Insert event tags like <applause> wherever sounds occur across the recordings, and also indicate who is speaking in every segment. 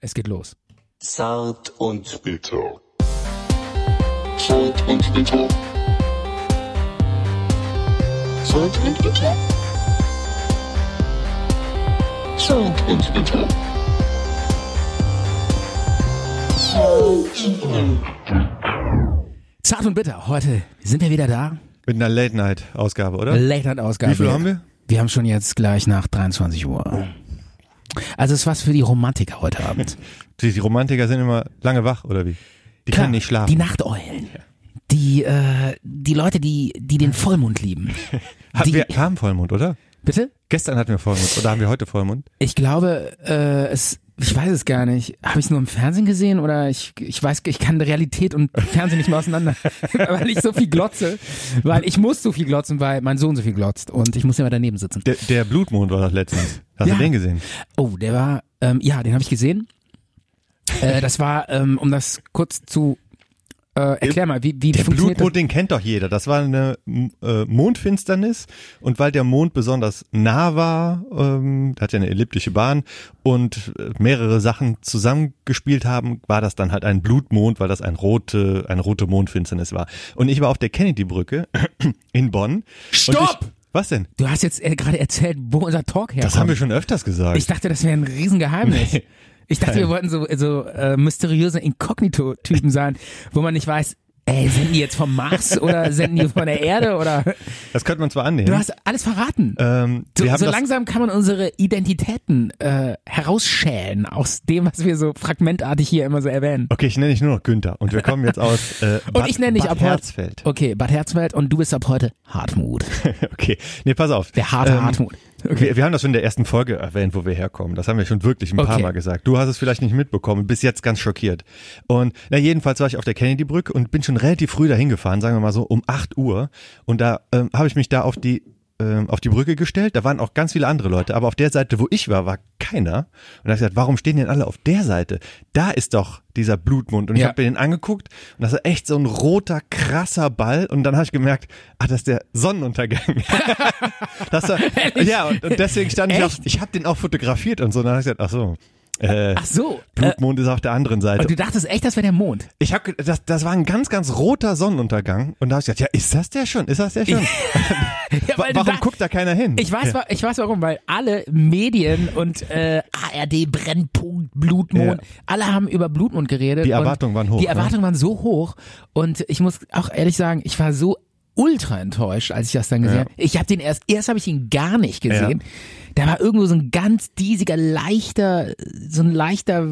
Speaker 1: Es geht los.
Speaker 2: Zart und bitter.
Speaker 3: Zart und bitter. Zart und bitter. Zart und bitter.
Speaker 1: Zart und bitter. Heute sind wir wieder da.
Speaker 4: Mit einer Late-Night-Ausgabe, oder?
Speaker 1: Late Night Ausgabe.
Speaker 4: Wie viel haben wir?
Speaker 1: Wir haben schon jetzt gleich nach 23 Uhr. Also es ist was für die Romantiker heute Abend. <laughs>
Speaker 4: Die, die Romantiker sind immer lange wach, oder wie? Die
Speaker 1: Klar,
Speaker 4: können nicht
Speaker 1: Die
Speaker 4: schlafen.
Speaker 1: Nachteulen. Die, äh, die Leute, die, die den Vollmond <laughs> lieben.
Speaker 4: Haben
Speaker 1: die-
Speaker 4: wir haben Vollmond, oder?
Speaker 1: Bitte?
Speaker 4: Gestern hatten wir Vollmond, oder haben wir heute Vollmond?
Speaker 1: Ich glaube, äh, es, ich weiß es gar nicht. Habe ich es nur im Fernsehen gesehen oder ich, ich weiß, ich kann Realität und Fernsehen nicht mehr auseinander, <laughs> weil ich so viel glotze, weil ich muss so viel glotzen, weil mein Sohn so viel glotzt und ich muss immer daneben sitzen.
Speaker 4: Der, der Blutmond war doch letztens. Hast
Speaker 1: Ja.
Speaker 4: du den gesehen?
Speaker 1: Oh, der war, ähm, ja, den habe ich gesehen. Äh, das war, ähm, um das kurz zu äh, erklär mal, wie, wie
Speaker 4: Der
Speaker 1: funktioniert
Speaker 4: Blutmond, den kennt doch jeder. Das war eine m- äh, Mondfinsternis und weil der Mond besonders nah war, ähm, der hat ja eine elliptische Bahn und äh, mehrere Sachen zusammengespielt haben, war das dann halt ein Blutmond, weil das ein rote, eine rote Mondfinsternis war. Und ich war auf der Kennedy-Brücke <clears throat> in Bonn.
Speaker 1: Stopp!
Speaker 4: Und ich, was denn?
Speaker 1: das? Du hast jetzt äh, gerade erzählt, wo unser Talk herkommt.
Speaker 4: Das haben wir schon öfters gesagt.
Speaker 1: Ich dachte, das wäre ein Riesengeheimnis.
Speaker 4: Nee.
Speaker 1: Ich dachte, wir wollten so, so äh, mysteriöse Inkognito-Typen sein, wo man nicht weiß, ey, senden die jetzt vom Mars oder senden die von der Erde oder.
Speaker 4: das könnte man zwar
Speaker 1: Du
Speaker 4: annehmen.
Speaker 1: hast alles verraten.
Speaker 4: Ähm,
Speaker 1: So,
Speaker 4: wir haben
Speaker 1: so
Speaker 4: das,
Speaker 1: langsam kann man unsere Identitäten äh, herausschälen aus dem, was wir so fragmentartig hier immer so erwähnen.
Speaker 4: okay, ich nenne dich nur noch Günther und wir kommen jetzt aus äh,
Speaker 1: <laughs> Und
Speaker 4: Bad,
Speaker 1: ich nenne dich
Speaker 4: Bad
Speaker 1: ab heute-
Speaker 4: Herzfeld.
Speaker 1: Okay, Bad Herzfeld und du bist ab heute Hartmut.
Speaker 4: <laughs> Okay, nee, pass auf.
Speaker 1: Der harte
Speaker 4: Ähm,
Speaker 1: Hartmut.
Speaker 4: Wir, wir haben das schon in der ersten Folge erwähnt, wo wir herkommen. Das haben wir schon wirklich ein paar
Speaker 1: Okay.
Speaker 4: Mal gesagt. Du hast es vielleicht nicht mitbekommen, bis jetzt ganz schockiert. Und na, jedenfalls war ich auf der Kennedy-Brücke und bin schon relativ früh dahin gefahren, sagen wir mal so um 8 Uhr. Und da ähm, habe ich mich da auf die ähm, auf die Brücke gestellt, da waren auch ganz viele andere Leute, aber auf der Seite, wo ich war, war keiner. Und da habe ich gesagt, warum stehen denn alle auf der Seite? Da ist doch dieser Blutmund. Und ich
Speaker 1: Ja.
Speaker 4: habe mir den angeguckt und das war echt so ein roter, krasser Ball. Und dann habe ich gemerkt, ah, das ist der Sonnenuntergang. <laughs> Das war, ja, und, und deswegen stand ich auf, ich habe den auch fotografiert und so. Und dann habe ich gesagt, ach so, äh,
Speaker 1: Ach so. Äh,
Speaker 4: Blutmond ist auf der anderen Seite.
Speaker 1: und du dachtest echt, das wäre der Mond.
Speaker 4: Ich habe, das, das war ein ganz, ganz roter Sonnenuntergang. Und da habe ich gesagt, ja, ist das der schon? Ist das der schon?
Speaker 1: <laughs> Ja,
Speaker 4: Wa-
Speaker 1: weil du
Speaker 4: Warum
Speaker 1: da-
Speaker 4: guckt da keiner hin?
Speaker 1: Ich weiß, wa- ich weiß warum, weil alle Medien und äh, ARD, Brennpunkt, Blutmond,
Speaker 4: Ja.
Speaker 1: alle haben über Blutmond geredet.
Speaker 4: Die
Speaker 1: und
Speaker 4: Erwartungen waren hoch,
Speaker 1: Die
Speaker 4: ne?
Speaker 1: Erwartungen waren so hoch und ich muss auch ehrlich sagen, ich war so ultra enttäuscht, als ich das dann gesehen
Speaker 4: Ja.
Speaker 1: habe. Ich habe den erst, erst habe ich ihn gar nicht gesehen. Da war irgendwo so ein ganz diesiger, leichter, so ein leichter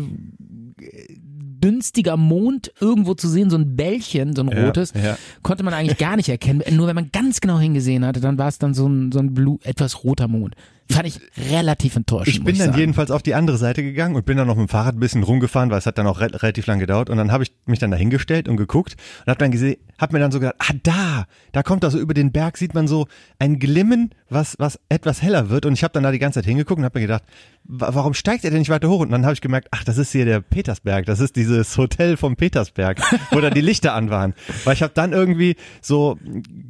Speaker 1: äh, dünstiger Mond irgendwo zu sehen, so ein Bällchen, so ein
Speaker 4: Ja,
Speaker 1: rotes
Speaker 4: ja.
Speaker 1: konnte man eigentlich gar nicht erkennen. Nur wenn man ganz genau hingesehen hatte, dann war es dann so ein, so ein blue, etwas roter Mond. Fand ich relativ enttäuschend.
Speaker 4: Ich
Speaker 1: muss
Speaker 4: bin dann
Speaker 1: sagen.
Speaker 4: jedenfalls auf die andere Seite gegangen und bin dann noch mit dem Fahrrad ein bisschen rumgefahren, weil es hat dann auch re relativ lang gedauert. Und dann habe ich mich dann dahingestellt und geguckt und habe dann gesehen, habe mir dann so gedacht, ah da, da kommt da so über den Berg, sieht man so ein Glimmen, was, was etwas heller wird. Und ich habe dann da die ganze Zeit hingeguckt und habe mir gedacht, wa warum steigt er denn nicht weiter hoch? Und dann habe ich gemerkt, ach, das ist hier der Petersberg, das ist dieses Hotel vom Petersberg, wo da die Lichter an waren. Weil ich habe dann irgendwie so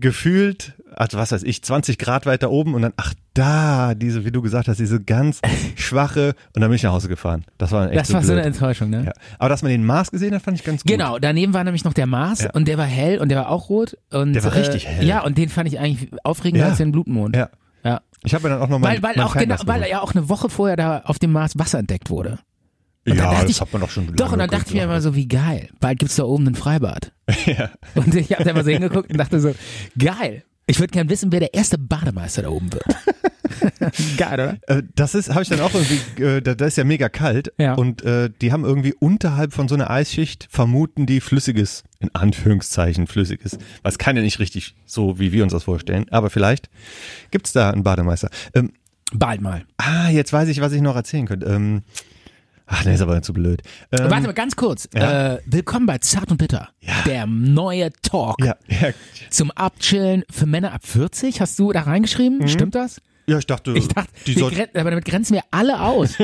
Speaker 4: gefühlt, also was weiß ich, 20 Grad weiter oben und dann, ach da, diese, wie du gesagt hast, diese ganz schwache und dann bin ich nach Hause gefahren. Das war echt
Speaker 1: das
Speaker 4: so
Speaker 1: war so eine
Speaker 4: blöd.
Speaker 1: Enttäuschung, ne?
Speaker 4: ja. Aber dass man den Mars gesehen hat, fand ich ganz gut.
Speaker 1: Genau, daneben war nämlich noch der Mars
Speaker 4: Ja.
Speaker 1: und der war hell und der war auch rot. Und,
Speaker 4: Der war
Speaker 1: äh,
Speaker 4: richtig hell.
Speaker 1: Ja, und den fand ich eigentlich aufregender
Speaker 4: Ja.
Speaker 1: als den Blutmond.
Speaker 4: Ja.
Speaker 1: Ja.
Speaker 4: Ich habe mir dann auch noch mal
Speaker 1: Weil, weil,
Speaker 4: mein
Speaker 1: auch genau,
Speaker 4: Fernglas
Speaker 1: weil
Speaker 4: geholt.
Speaker 1: ja auch eine Woche vorher da auf dem Mars Wasser entdeckt wurde. dann
Speaker 4: ja,
Speaker 1: dachte
Speaker 4: das
Speaker 1: ich-
Speaker 4: hat man doch schon
Speaker 1: Doch, und dann
Speaker 4: lange ne?
Speaker 1: dachte ich mir
Speaker 4: gemacht.
Speaker 1: immer so, wie geil. Bald gibt's da oben ein
Speaker 4: <laughs>
Speaker 1: Freibad. Ja. Und ich habe da mal so hingeguckt und dachte so, geil. Ich würde gern wissen, wer der erste Bademeister da
Speaker 4: <laughs>
Speaker 1: oben wird. geil, oder?
Speaker 4: Äh, Das ist, habe ich dann auch irgendwie, äh, da, da ist ja mega kalt
Speaker 1: Ja.
Speaker 4: und äh, die haben irgendwie unterhalb von so einer Eisschicht vermuten die flüssiges, in Anführungszeichen flüssiges, weil es kann ja nicht richtig so, wie wir uns das vorstellen, aber vielleicht gibt's da einen Bademeister. Ähm,
Speaker 1: Bald mal.
Speaker 4: ah, jetzt weiß ich, was ich noch erzählen könnte. Ähm, ach, nee, ist aber zu blöd. Ähm,
Speaker 1: Warte mal ganz kurz.
Speaker 4: ja.
Speaker 1: Äh, willkommen bei Zart und Bitter.
Speaker 4: Ja.
Speaker 1: Der neue Talk
Speaker 4: Ja, ja,
Speaker 1: zum Abchillen für Männer ab 40. Hast du da reingeschrieben? Stimmt das?
Speaker 4: ja, ich dachte,
Speaker 1: Ich dachte,
Speaker 4: Mhm. Äh, die
Speaker 1: wir
Speaker 4: soll,
Speaker 1: gren- aber damit grenzen wir alle
Speaker 4: <laughs>
Speaker 1: aus.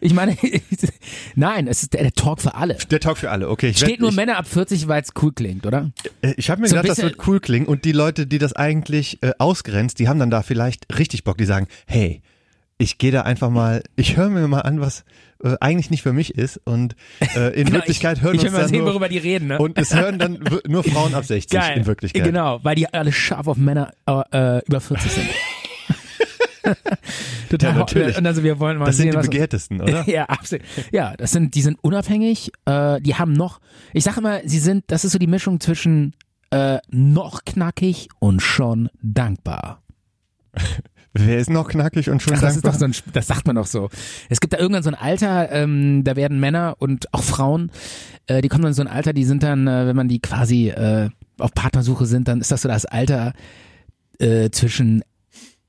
Speaker 1: ich meine, <laughs> nein, es ist der, der Talk für alle.
Speaker 4: der Talk für alle. Okay, ich
Speaker 1: Steht
Speaker 4: werd-
Speaker 1: nur
Speaker 4: ich,
Speaker 1: Männer ab 40, weil es cool klingt, oder?
Speaker 4: Äh, Ich habe mir
Speaker 1: So ein
Speaker 4: gedacht, das
Speaker 1: bisschen-
Speaker 4: wird cool klingen und die Leute, die das eigentlich äh, ausgrenzt, die haben dann da vielleicht richtig Bock, die sagen, hey, ich gehe da einfach mal, ich höre mir mal an, was äh, eigentlich nicht für mich ist und äh,
Speaker 1: <laughs>
Speaker 4: in
Speaker 1: Genau,
Speaker 4: Wirklichkeit
Speaker 1: ich,
Speaker 4: hören
Speaker 1: ich will
Speaker 4: uns
Speaker 1: mal
Speaker 4: dann
Speaker 1: sehen,
Speaker 4: nur,
Speaker 1: worüber die reden, ne?
Speaker 4: und es hören dann w- nur Frauen ab 60
Speaker 1: <laughs> Geil.
Speaker 4: in Wirklichkeit.
Speaker 1: Genau, weil die alle scharf auf Männer äh, äh, über 40
Speaker 4: <laughs>
Speaker 1: sind. Total
Speaker 4: Ja, natürlich.
Speaker 1: hot. Und also wir wollen mal
Speaker 4: Das
Speaker 1: sehen,
Speaker 4: sind die
Speaker 1: was
Speaker 4: begehrtesten, oder?
Speaker 1: <laughs> Ja, absolut. Ja, das sind, die sind unabhängig, äh, die haben noch, ich sage immer, sie sind, das ist so die Mischung zwischen äh, noch knackig und schon dankbar.
Speaker 4: Wer ist noch knackig und schon
Speaker 1: Ach, das ist
Speaker 4: dankbar?
Speaker 1: doch so ein, Sp- das sagt man doch so. Es gibt da irgendwann so ein Alter, ähm, da werden Männer und auch Frauen, äh, die kommen dann in so ein Alter, die sind dann, äh, wenn man die quasi äh, auf Partnersuche sind, dann ist das so das Alter äh, zwischen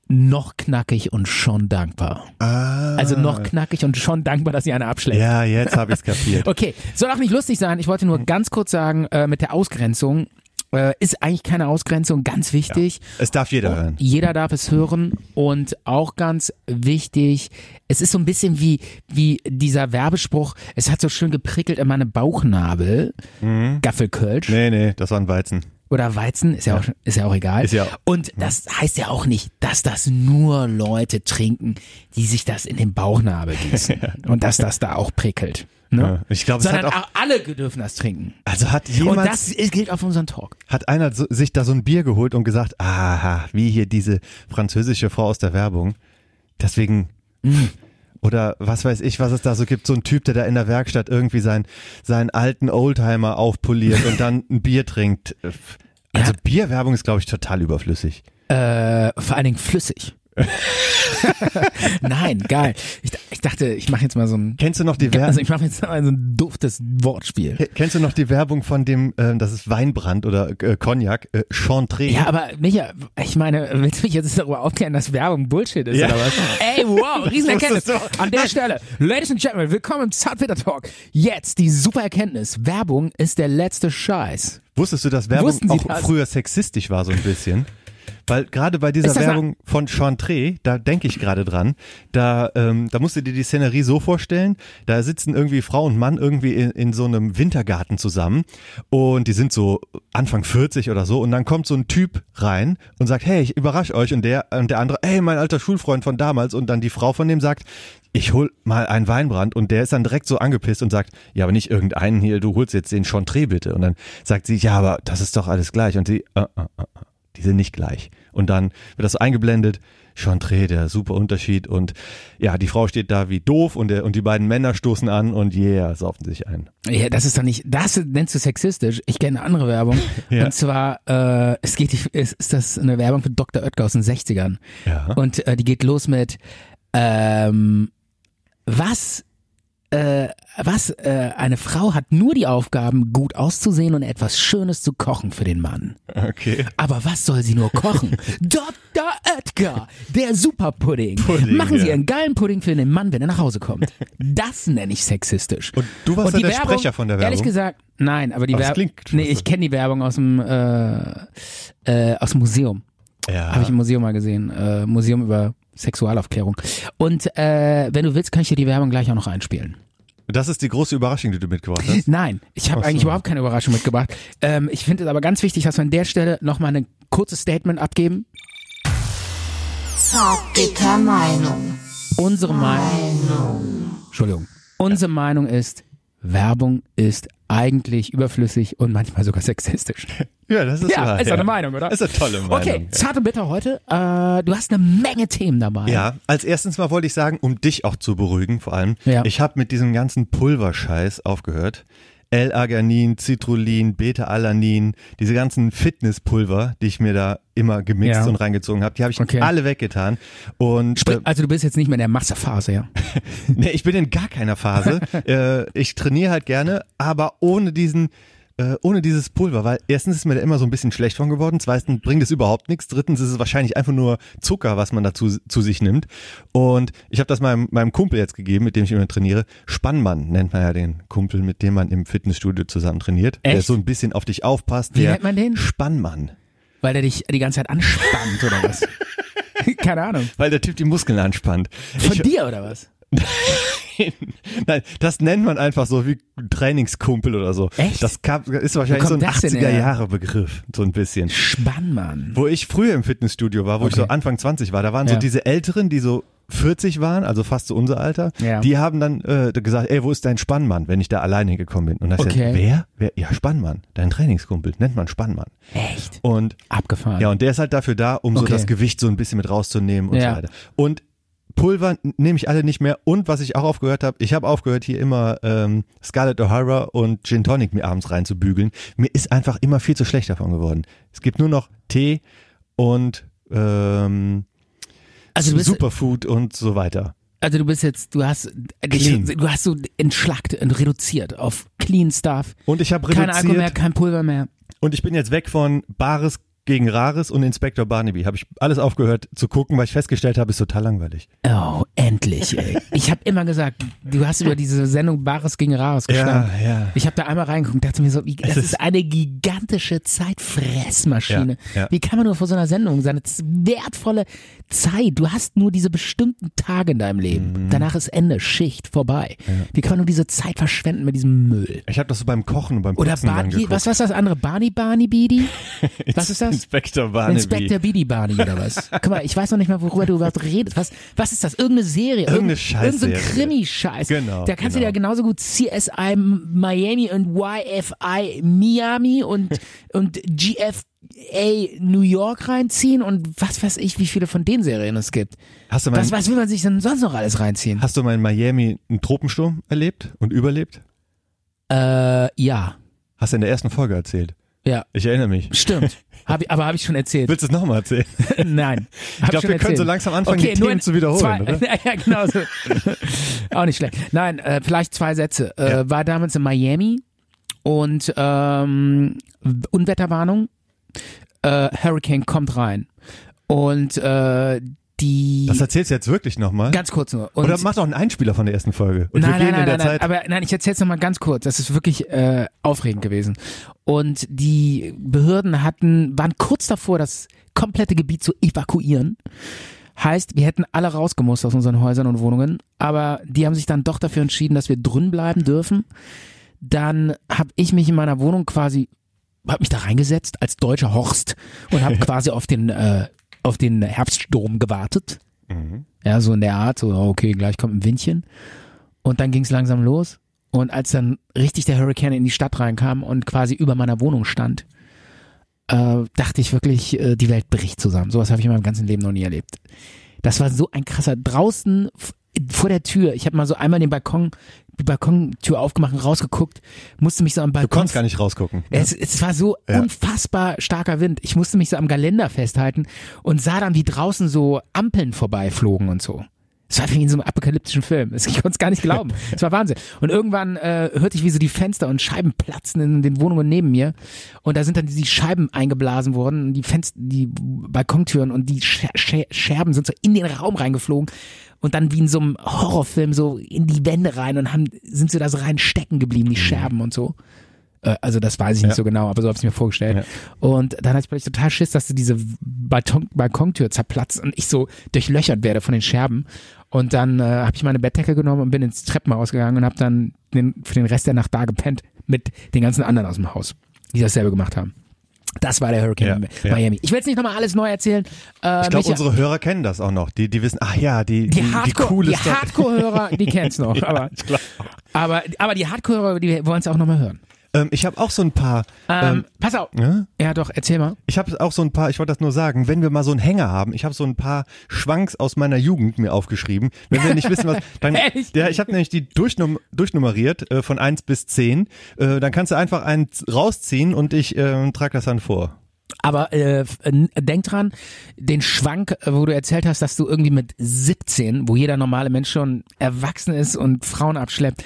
Speaker 1: noch knackig und schon dankbar.
Speaker 4: ah,
Speaker 1: Also noch knackig und schon dankbar, dass sie eine abschlägt.
Speaker 4: Ja, jetzt habe ich es
Speaker 1: <laughs>
Speaker 4: kapiert.
Speaker 1: Okay, soll auch nicht lustig sein. Ich wollte
Speaker 4: Hm.
Speaker 1: nur ganz kurz sagen, äh, mit der Ausgrenzung äh, ist eigentlich keine Ausgrenzung, ganz wichtig.
Speaker 4: Es darf
Speaker 1: Oh,
Speaker 4: jeder hören.
Speaker 1: Jeder darf es hören und auch ganz wichtig, es ist so ein bisschen wie, wie dieser Werbespruch, es hat so schön geprickelt in meine Bauchnabel, Gaffelkölsch
Speaker 4: Mhm. Nee, nee, das war ein Weizen.
Speaker 1: oder Weizen, ist ja, Auch, ist ja auch egal.
Speaker 4: Ist ja-
Speaker 1: und das heißt ja auch nicht, dass das nur Leute trinken, die sich das in den Bauchnabel
Speaker 4: <laughs>
Speaker 1: gießen und dass das da auch prickelt. Ne?
Speaker 4: Ja. Ich glaube, es hat
Speaker 1: Sondern
Speaker 4: auch,
Speaker 1: auch alle dürfen das trinken.
Speaker 4: also hat
Speaker 1: Und
Speaker 4: jemand,
Speaker 1: das ist- gilt auf unseren Talk.
Speaker 4: hat einer so, sich da so ein Bier geholt und gesagt, aha, wie hier diese französische Frau aus der Werbung. Deswegen,
Speaker 1: Mm.
Speaker 4: oder was weiß ich, was es da so gibt, so ein Typ, der da in der Werkstatt irgendwie sein, seinen alten Oldtimer aufpoliert und dann ein Bier trinkt. Also Bierwerbung ist, glaube ich, total überflüssig.
Speaker 1: Äh, vor allen Dingen
Speaker 4: <laughs>
Speaker 1: flüssig. Nein, geil. Ich, d- ich dachte, ich mache jetzt mal so ein.
Speaker 4: Kennst du noch die Werbung?
Speaker 1: Also ich mache jetzt mal so ein duftes Wortspiel.
Speaker 4: Ke- Kennst du noch die Werbung von dem, ähm, das ist Weinbrand oder äh, Cognac, äh, Chantre?
Speaker 1: Ja, aber Micha, ich meine, willst du mich jetzt darüber aufklären, dass Werbung Bullshit ist
Speaker 4: Ja.
Speaker 1: oder was? Ey,
Speaker 4: <laughs>
Speaker 1: wow, Riesenerkenntnis.
Speaker 4: Das wusstest du.
Speaker 1: An der Stelle, Ladies and Gentlemen, willkommen im Zartbitter Talk. Jetzt die super Erkenntnis. Werbung ist der letzte Scheiß.
Speaker 4: Wusstest du, dass Werbung
Speaker 1: Wussten Sie
Speaker 4: auch
Speaker 1: das?
Speaker 4: früher sexistisch war, so ein bisschen? Weil gerade bei dieser
Speaker 1: Ist das
Speaker 4: Werbung von Chantre, da denke ich gerade dran, da, ähm, da musst du dir die Szenerie so vorstellen, da sitzen irgendwie Frau und Mann irgendwie in, in so einem Wintergarten zusammen und die sind so Anfang 40 oder so und dann kommt so ein Typ rein und sagt, hey, ich überrasche euch und der, und der andere, hey, mein alter Schulfreund von damals und dann die Frau von dem sagt, ich hol mal einen Weinbrand und der ist dann direkt so angepisst und sagt, ja, aber nicht irgendeinen hier, du holst jetzt den Chantre bitte. Und dann sagt sie, ja, aber das ist doch alles gleich. Und sie, äh, äh, äh, äh, die sind nicht gleich. Und dann wird das so eingeblendet, Chantre, der super Unterschied. Und ja, die Frau steht da wie doof und, der, und die beiden Männer stoßen an und yeah, saufen sich ein.
Speaker 1: Ja, das ist doch nicht, das nennst du sexistisch. Ich kenne andere Werbung.
Speaker 4: <laughs> Ja.
Speaker 1: Und zwar, äh, es geht, es ist das eine Werbung für Dr. Oetker aus den 60ern.
Speaker 4: Ja.
Speaker 1: Und äh, die geht los mit, ähm, was, äh, was, äh, eine Frau hat nur die Aufgaben, gut auszusehen und etwas Schönes zu kochen für den Mann.
Speaker 4: Okay.
Speaker 1: Aber was soll sie nur kochen?
Speaker 4: <laughs>
Speaker 1: Dr. Oetker, der Superpudding.
Speaker 4: Pudding,
Speaker 1: Machen Sie
Speaker 4: ja.
Speaker 1: einen geilen Pudding für den Mann, wenn er nach Hause
Speaker 4: <laughs>
Speaker 1: kommt. Das nenne ich sexistisch.
Speaker 4: Und du warst
Speaker 1: Und
Speaker 4: dann
Speaker 1: die
Speaker 4: der
Speaker 1: Werbung,
Speaker 4: Sprecher von der Werbung.
Speaker 1: Ehrlich gesagt, nein, aber die
Speaker 4: Aber es
Speaker 1: Werbung.
Speaker 4: klingt schon
Speaker 1: Nee, ich
Speaker 4: so.
Speaker 1: kenne die Werbung aus dem äh, äh, aus dem Museum.
Speaker 4: ja.
Speaker 1: Habe ich im Museum mal gesehen. Äh, Museum über Sexualaufklärung. Und äh, wenn du willst, kann ich dir die Werbung gleich auch noch einspielen.
Speaker 4: das ist die große Überraschung, die du mitgebracht hast.
Speaker 1: Nein, ich habe
Speaker 4: Ach so.
Speaker 1: eigentlich überhaupt keine Überraschung mitgebracht. Ähm, ich finde es aber ganz wichtig, dass wir an der Stelle nochmal ein kurzes Statement abgeben.
Speaker 5: Zartbitter Meinung.
Speaker 1: Unsere Meinung. Entschuldigung. Unsere Meinung ist, Werbung ist eigentlich überflüssig und manchmal sogar sexistisch.
Speaker 4: <laughs> <laughs> Ja, das ist
Speaker 1: Ja,
Speaker 4: wahr,
Speaker 1: ist doch eine Meinung, oder?
Speaker 4: Ist eine tolle Meinung.
Speaker 1: Okay, zart und bitter heute. Äh, du hast eine Menge Themen dabei.
Speaker 4: Ja, als erstens mal wollte ich sagen, um dich auch zu beruhigen, vor allem,
Speaker 1: Ja.
Speaker 4: ich habe mit diesem ganzen Pulverscheiß aufgehört. L-Arginin, Citrullin, Beta-Alanin, diese ganzen Fitnesspulver, die ich mir da immer gemixt
Speaker 1: Ja.
Speaker 4: und reingezogen habe, die habe ich
Speaker 1: Okay.
Speaker 4: alle weggetan. Und
Speaker 1: Sprich,
Speaker 4: äh,
Speaker 1: also du bist jetzt nicht mehr in der Massephase, ja?
Speaker 4: nee, ich bin in gar
Speaker 1: <laughs>
Speaker 4: keiner Phase. äh, ich trainiere halt gerne, aber ohne diesen äh, ohne dieses Pulver, weil erstens ist mir da immer so ein bisschen schlecht von geworden, zweitens bringt es überhaupt nichts, drittens ist es wahrscheinlich einfach nur Zucker, was man dazu zu sich nimmt. Und ich habe das meinem, meinem Kumpel jetzt gegeben, mit dem ich immer trainiere. Spannmann nennt man ja den Kumpel, mit dem man im Fitnessstudio zusammen trainiert. Der
Speaker 1: Echt?
Speaker 4: so ein bisschen auf dich aufpasst.
Speaker 1: Wie
Speaker 4: der
Speaker 1: nennt man den?
Speaker 4: Spannmann.
Speaker 1: Weil der dich die ganze Zeit anspannt oder
Speaker 4: <laughs>
Speaker 1: was? Keine Ahnung.
Speaker 4: Weil der Typ die Muskeln anspannt.
Speaker 1: Von
Speaker 4: ich,
Speaker 1: dir oder was?
Speaker 4: Nein, nein, das nennt man einfach so wie Trainingskumpel oder so.
Speaker 1: Echt?
Speaker 4: Das gab, ist wahrscheinlich
Speaker 1: Wo
Speaker 4: so ein
Speaker 1: kommt das denn her?
Speaker 4: 80er-Jahre-Begriff, so ein bisschen.
Speaker 1: Spannmann.
Speaker 4: Wo ich früher im Fitnessstudio war, wo ich
Speaker 1: Okay.
Speaker 4: so Anfang 20 war, da waren so
Speaker 1: Ja.
Speaker 4: diese Älteren, die so 40 waren, also fast so unser Alter,
Speaker 1: Ja.
Speaker 4: die haben dann äh, gesagt, ey, wo ist dein Spannmann, wenn ich da alleine hingekommen bin? Und da hab ich
Speaker 1: Okay.
Speaker 4: gesagt, wer? wer? Ja, Spannmann, dein Trainingskumpel, nennt man Spannmann.
Speaker 1: Echt?
Speaker 4: Und
Speaker 1: Abgefahren.
Speaker 4: ja, und der ist halt dafür da, um so
Speaker 1: Okay.
Speaker 4: das Gewicht so ein bisschen mit rauszunehmen und
Speaker 1: Ja.
Speaker 4: so weiter. Und Pulver n- nehme ich alle nicht mehr. Und was ich auch aufgehört habe, ich habe aufgehört, hier immer ähm, Scarlett O'Hara und Gin Tonic mir abends reinzubügeln. Mir ist einfach immer viel zu schlecht davon geworden. Es gibt nur noch Tee und ähm,
Speaker 1: also, du bist,
Speaker 4: Superfood und so weiter.
Speaker 1: also du bist jetzt, du hast,
Speaker 4: Clean.
Speaker 1: dich, du hast so entschlackt und reduziert auf clean stuff.
Speaker 4: Und ich habe
Speaker 1: Kein Alkohol mehr,
Speaker 4: reduziert
Speaker 1: kein Pulver mehr.
Speaker 4: und ich bin jetzt weg von Bares gegen Rares und Inspector Barnaby. Habe ich alles aufgehört zu gucken, weil ich festgestellt habe, ist total langweilig.
Speaker 1: Oh, endlich, ey. Ich habe immer gesagt, du hast über diese Sendung Bares gegen Rares gestanden.
Speaker 4: ja.
Speaker 1: Ich habe da einmal reingeguckt und dachte mir so, wie, das
Speaker 4: ist-
Speaker 1: ist eine gigantische Zeitfressmaschine.
Speaker 4: Ja, ja.
Speaker 1: Wie kann man nur vor so einer Sendung seine z- wertvolle Zeit, du hast nur diese bestimmten Tage in deinem Leben.
Speaker 4: Mhm.
Speaker 1: Danach ist Ende, Schicht, vorbei. Wie kann man nur diese Zeit verschwenden mit diesem Müll?
Speaker 4: Ich habe das so beim Kochen und beim
Speaker 1: Oder
Speaker 4: Putzen dann
Speaker 1: Barney,
Speaker 4: geguckt.
Speaker 1: was war das andere? Barney, Barney, Bidi? Was ist das?
Speaker 4: Inspektor Barnaby.
Speaker 1: Inspector Bidi Barney oder
Speaker 4: <laughs>
Speaker 1: was? Guck mal, ich weiß noch nicht mal, worüber du überhaupt redest. Was, was ist das? Irgendeine Serie?
Speaker 4: Irgendeine
Speaker 1: Irgendein so ein
Speaker 4: Scheißserie.
Speaker 1: Krimi-Scheiß.
Speaker 4: Genau,
Speaker 1: Da kannst
Speaker 4: genau.
Speaker 1: du dir genauso gut CSI Miami und YFI Miami
Speaker 4: <laughs>
Speaker 1: und, und GFA New York reinziehen und was weiß ich, wie viele von den Serien es gibt.
Speaker 4: Hast du, mal
Speaker 1: Was,
Speaker 4: in,
Speaker 1: was will man sich denn sonst noch alles reinziehen?
Speaker 4: hast du mal in Miami einen Tropensturm erlebt und überlebt?
Speaker 1: Äh, ja.
Speaker 4: Hast du in der ersten Folge erzählt.
Speaker 1: Ja.
Speaker 4: Ich erinnere mich.
Speaker 1: Stimmt. Hab ich, aber habe ich schon erzählt.
Speaker 4: Willst du es
Speaker 1: <laughs>
Speaker 4: nochmal erzählen?
Speaker 1: Nein. Hab
Speaker 4: glaub,
Speaker 1: schon
Speaker 4: wir können
Speaker 1: erzählt.
Speaker 4: so langsam anfangen,
Speaker 1: okay,
Speaker 4: die
Speaker 1: nur
Speaker 4: Themen
Speaker 1: in
Speaker 4: zu wiederholen,
Speaker 1: Zwei,
Speaker 4: oder?
Speaker 1: <laughs> Ja, genau
Speaker 4: <laughs>
Speaker 1: so. Auch nicht schlecht. Nein, äh, vielleicht zwei Sätze. Äh,
Speaker 4: Ja.
Speaker 1: War damals in Miami und ähm, Unwetterwarnung. Äh, Hurricane kommt rein. Und äh, die...
Speaker 4: Das erzählst du jetzt wirklich nochmal?
Speaker 1: ganz kurz nur. Und
Speaker 4: Oder mach doch einen Einspieler von der ersten Folge. Und wir
Speaker 1: nein,
Speaker 4: gehen
Speaker 1: nein,
Speaker 4: in der
Speaker 1: nein,
Speaker 4: Zeit.
Speaker 1: nein, aber nein, ich erzähl's nochmal ganz kurz. Das ist wirklich äh, aufregend gewesen. Und die Behörden hatten, waren kurz davor, das komplette Gebiet zu evakuieren. Heißt, wir hätten alle rausgemusst aus unseren Häusern und Wohnungen, aber die haben sich dann doch dafür entschieden, dass wir drin bleiben dürfen. Dann habe ich mich in meiner Wohnung quasi, habe mich da reingesetzt als deutscher Horst und
Speaker 4: <laughs>
Speaker 1: habe quasi auf den äh, auf den Herbststurm gewartet. Ja, so in der Art, so oh, okay, gleich kommt ein Windchen. Und dann ging es langsam los. Und als dann richtig der Hurricane in die Stadt reinkam und quasi über meiner Wohnung stand, äh, dachte ich wirklich, äh, die Welt bricht zusammen. Sowas habe ich in meinem ganzen Leben noch nie erlebt. Das war so ein krasser draußen f- vor der Tür. Ich habe mal so einmal den Balkon, die Balkontür aufgemacht und rausgeguckt, musste mich so am
Speaker 4: Du
Speaker 1: Balkon
Speaker 4: konntest gar nicht rausgucken.
Speaker 1: es, es war so
Speaker 4: Ja.
Speaker 1: unfassbar starker Wind. Ich musste mich so am Geländer festhalten und sah dann, wie draußen so Ampeln vorbeiflogen und so. Es war wie in so einem apokalyptischen Film. Ich konnte es <laughs> gar nicht glauben. Es war Wahnsinn. Und irgendwann äh, hörte ich, wie so die Fenster und Scheiben platzen in den Wohnungen neben mir. Und da sind dann die Scheiben eingeblasen worden, und die Fenster, die Balkontüren und die Scher Scher Scherben sind so in den Raum reingeflogen und dann wie in so einem Horrorfilm so in die Wände rein und haben, sind so da so rein stecken geblieben, die Scherben und so. Äh, Also das weiß ich nicht
Speaker 4: Ja.
Speaker 1: so genau, aber so habe ich es mir vorgestellt. Und dann hatte ich plötzlich total Schiss, dass diese Balkon Balkontür zerplatzt und ich so durchlöchert werde von den Scherben. Und dann äh, habe ich meine Bettdecke genommen und bin ins Treppenhaus gegangen und habe dann den, für den Rest der Nacht da gepennt mit den ganzen anderen aus dem Haus, die dasselbe gemacht haben. Das war der Hurricane
Speaker 4: Ja, ja.
Speaker 1: Miami. Ich will jetzt nicht nochmal alles neu erzählen. Äh,
Speaker 4: Ich glaube,
Speaker 1: Micha-
Speaker 4: unsere Hörer kennen das auch noch. Die, die wissen, ach ja, die, die,
Speaker 1: die Hardcore,
Speaker 4: coole
Speaker 1: die,
Speaker 4: Story.
Speaker 1: Hardcore-Hörer, die kennen's
Speaker 4: <laughs>
Speaker 1: noch. aber, aber, aber die Hardcore-Hörer, die wollen's auch nochmal hören.
Speaker 4: Ähm, ich habe auch so ein paar.
Speaker 1: Ähm, pass auf.
Speaker 4: ne?
Speaker 1: Ja, doch, erzähl mal.
Speaker 4: Ich habe auch so ein paar, ich wollte das nur sagen, wenn wir mal so einen Hänger haben, ich habe so ein paar Schwanks aus meiner Jugend mir aufgeschrieben. Wenn wir nicht wissen, was. Dann,
Speaker 1: Ehrlich?
Speaker 4: ja, ich habe nämlich die durchnum durchnummeriert äh, von 1 bis 10. Äh, dann kannst du einfach einen z- rausziehen und ich äh, trage das dann vor.
Speaker 1: Aber äh, f- äh, denk dran, den Schwank, äh, wo du erzählt hast, dass du irgendwie mit 17, wo jeder normale Mensch schon erwachsen ist und Frauen abschleppt,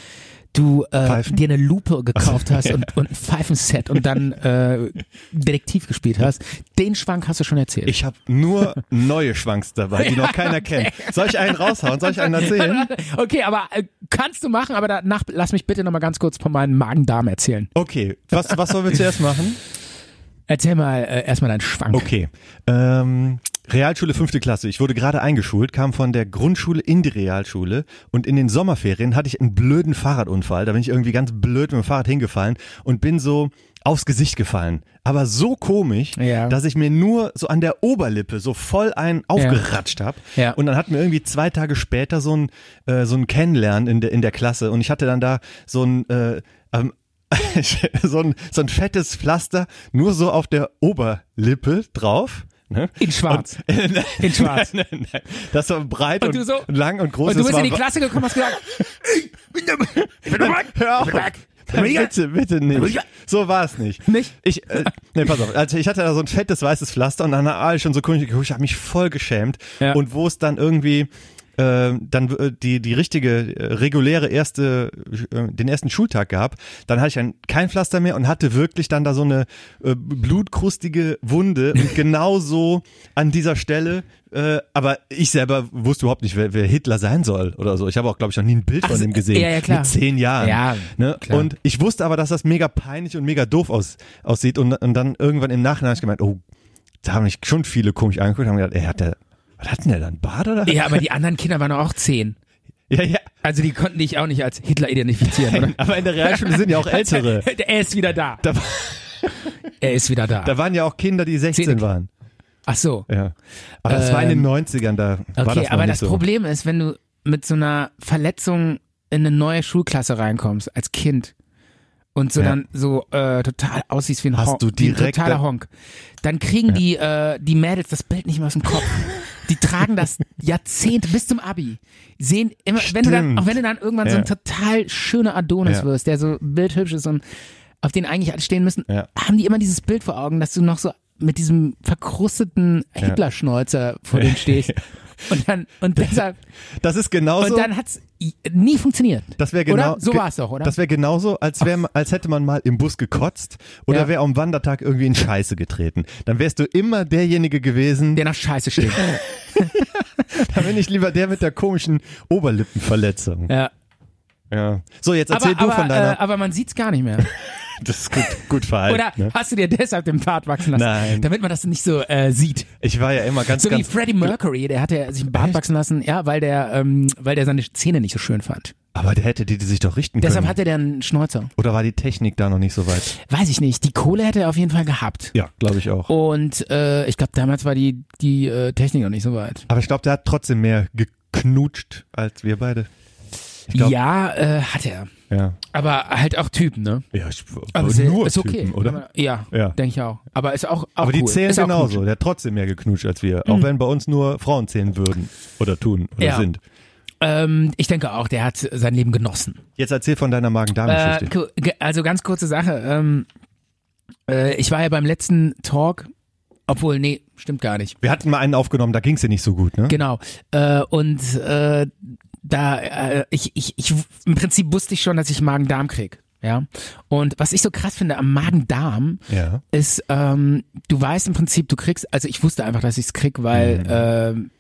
Speaker 1: du äh,
Speaker 4: Pfeifen?
Speaker 1: dir eine
Speaker 4: <laughs>
Speaker 1: Lupe gekauft hast und, und ein Pfeifenset und dann äh, Detektiv gespielt hast, den Schwank hast du schon erzählt.
Speaker 4: Ich habe nur neue Schwanks dabei, die noch keiner kennt. Soll ich einen raushauen? Soll ich einen erzählen?
Speaker 1: <laughs> Okay, aber äh, kannst du machen, aber danach lass mich bitte nochmal ganz kurz von meinem Magen-Darm erzählen.
Speaker 4: Okay, was, was sollen wir zuerst machen?
Speaker 1: Erzähl mal äh, erstmal deinen Schwank.
Speaker 4: Okay. Ähm, Realschule fünfte Klasse. Ich wurde gerade eingeschult, kam von der Grundschule in die Realschule und in den Sommerferien hatte ich einen blöden Fahrradunfall. Da bin ich irgendwie ganz blöd mit dem Fahrrad hingefallen und bin so aufs Gesicht gefallen. Aber so komisch,
Speaker 1: Ja.
Speaker 4: dass ich mir nur so an der Oberlippe so voll einen aufgeratscht habe.
Speaker 1: Ja.
Speaker 4: Und dann hatten wir irgendwie zwei Tage später so ein, äh, so ein Kennenlernen in, der in der Klasse und ich hatte dann da so ein, äh, ähm, <laughs> so, ein, so ein fettes Pflaster nur so auf der Oberlippe drauf. Ne?
Speaker 1: In schwarz. in schwarz.
Speaker 4: <laughs> Nein, nein, nein. Das war breit und,
Speaker 1: Und du so-
Speaker 4: lang und groß.
Speaker 1: Und du
Speaker 4: Das
Speaker 1: bist
Speaker 4: war
Speaker 1: in die Klasse gekommen und hast
Speaker 4: <laughs>
Speaker 1: gesagt,
Speaker 4: ich bin <laughs> back. Hör auf. Bitte, bitte nicht. So war es nicht.
Speaker 1: Nicht?
Speaker 4: Ich,
Speaker 1: <laughs>
Speaker 4: äh, nee, pass auf. Also ich hatte da so ein fettes weißes Pflaster und dann war ich schon so komisch geguckt. Ich habe mich voll geschämt.
Speaker 1: Ja.
Speaker 4: Und wo es dann irgendwie äh, dann äh, die die richtige äh, reguläre erste äh, den ersten Schultag gab, dann hatte ich ein, kein Pflaster mehr und hatte wirklich dann da so eine äh, blutkrustige Wunde
Speaker 1: <laughs>
Speaker 4: und genau so an dieser Stelle. Äh, aber ich selber wusste überhaupt nicht, wer, wer Hitler sein soll oder so. Ich habe auch glaube ich noch nie ein Bild
Speaker 1: Ach
Speaker 4: von
Speaker 1: so,
Speaker 4: ihm gesehen
Speaker 1: ja, ja, klar.
Speaker 4: mit zehn Jahren.
Speaker 1: Ja,
Speaker 4: ne?
Speaker 1: klar.
Speaker 4: Und ich wusste aber, dass das mega peinlich und mega doof aus, aussieht. Und, und dann irgendwann im Nachhinein habe ich gemeint, oh, da haben mich schon viele komisch angeguckt und haben gedacht, ey, hat der, was hat denn der dann? Bart oder?
Speaker 1: ja, aber die anderen Kinder waren doch auch zehn.
Speaker 4: <laughs> ja. ja.
Speaker 1: Also die konnten dich auch nicht als Hitler identifizieren, oder?
Speaker 4: Aber in der Realschule sind
Speaker 1: <laughs>
Speaker 4: ja auch <laughs> Ältere.
Speaker 1: Er ist wieder da.
Speaker 4: Da,
Speaker 1: Er ist wieder da.
Speaker 4: da waren ja auch Kinder, die 16
Speaker 1: Zehn-
Speaker 4: waren.
Speaker 1: Ach so.
Speaker 4: Ja. Aber das war in den 90ern, da war
Speaker 1: Okay,
Speaker 4: das noch
Speaker 1: aber
Speaker 4: nicht
Speaker 1: das
Speaker 4: so.
Speaker 1: Problem ist, wenn du mit so einer Verletzung in eine neue Schulklasse reinkommst, als Kind, und so
Speaker 4: Ja.
Speaker 1: dann so äh, total aussiehst wie ein,
Speaker 4: Hast
Speaker 1: Honk,
Speaker 4: du
Speaker 1: wie ein
Speaker 4: direkt
Speaker 1: totaler
Speaker 4: da-
Speaker 1: Honk, dann kriegen die, äh, die Mädels das Bild nicht mehr aus dem
Speaker 4: <laughs>
Speaker 1: Kopf. Die tragen das Jahrzehnt bis zum Abi. Sehen immer, wenn du dann,
Speaker 4: Stimmt.
Speaker 1: auch wenn du dann irgendwann so
Speaker 4: Ja.
Speaker 1: ein total schöner Adonis
Speaker 4: Ja.
Speaker 1: wirst, der so bildhübsch ist und auf den eigentlich alle stehen müssen,
Speaker 4: Ja.
Speaker 1: haben die immer dieses Bild vor Augen, dass du noch so mit diesem verkrusteten Hitlerschnäuzer vor denen
Speaker 4: <laughs>
Speaker 1: stehst. Und dann, und deshalb,
Speaker 4: Das ist genauso.
Speaker 1: und dann hat's i- nie funktioniert.
Speaker 4: Das wäre genau
Speaker 1: Oder? So
Speaker 4: ge-
Speaker 1: war's doch, oder?
Speaker 4: Das wäre genauso, als wär, als hätte man mal im Bus gekotzt oder
Speaker 1: Ja.
Speaker 4: wäre am Wandertag irgendwie in Scheiße getreten. Dann wärst du immer derjenige gewesen,
Speaker 1: der nach Scheiße
Speaker 4: <laughs>
Speaker 1: steht.
Speaker 4: dann bin ich lieber der mit der komischen Oberlippenverletzung.
Speaker 1: ja.
Speaker 4: Ja. So, jetzt
Speaker 1: Aber,
Speaker 4: erzähl du
Speaker 1: aber,
Speaker 4: von
Speaker 1: äh,
Speaker 4: deiner.
Speaker 1: aber man sieht's gar nicht mehr.
Speaker 4: das ist gut, gut verhalten.
Speaker 1: Oder
Speaker 4: ne?
Speaker 1: hast du dir deshalb den Bart wachsen lassen?
Speaker 4: Nein.
Speaker 1: Damit man das nicht so äh, sieht.
Speaker 4: Ich war ja immer ganz,
Speaker 1: So wie
Speaker 4: ganz.
Speaker 1: Freddie Mercury, der hatte sich einen Bart wachsen lassen, ja, weil der, ähm, weil der seine Zähne nicht so schön fand.
Speaker 4: Aber der hätte die, die sich doch richten
Speaker 1: Deshalb
Speaker 4: können.
Speaker 1: hatte der einen Schnäuzer.
Speaker 4: Oder war die Technik da noch nicht so weit?
Speaker 1: Weiß ich nicht. Die Kohle hätte er auf jeden Fall gehabt.
Speaker 4: Ja, glaube ich auch.
Speaker 1: Und äh, ich glaube, damals war die, die äh, Technik noch nicht so weit.
Speaker 4: Aber ich glaube, der hat trotzdem mehr geknutscht als wir beide. Ich glaub,
Speaker 1: ja, äh, hat er.
Speaker 4: Ja.
Speaker 1: Aber halt auch Typen, ne?
Speaker 4: Ja, ich,
Speaker 1: Aber ist,
Speaker 4: nur
Speaker 1: ist okay,
Speaker 4: Typen, oder?
Speaker 1: Aber- Ja,
Speaker 4: Ja.
Speaker 1: denke ich auch. Aber ist auch, auch
Speaker 4: Aber die
Speaker 1: cool.
Speaker 4: zählen
Speaker 1: ist auch
Speaker 4: genauso.
Speaker 1: Gut. Hm.
Speaker 4: Der hat trotzdem mehr geknutscht als wir. Auch wenn bei uns nur Frauen zählen würden. Oder tun. Oder
Speaker 1: Ja.
Speaker 4: sind.
Speaker 1: Ähm, ich denke auch, der hat sein Leben genossen.
Speaker 4: Jetzt erzähl von deiner Magen-Darm-Geschichte.
Speaker 1: Äh, gu- ge- also ganz kurze Sache. Ähm, äh, ich war ja beim letzten Talk, obwohl, nee, stimmt gar nicht.
Speaker 4: wir hatten mal einen aufgenommen, da ging's dir nicht so gut, ne?
Speaker 1: Genau. Äh, und äh, da, äh, ich, ich, ich, im Prinzip wusste ich schon, dass ich Magen-Darm krieg. Ja. Und was ich so krass finde am Magen-Darm,
Speaker 4: Ja.
Speaker 1: ist, ähm, du weißt im Prinzip, du kriegst, also ich wusste einfach, dass ich's krieg, weil, ähm,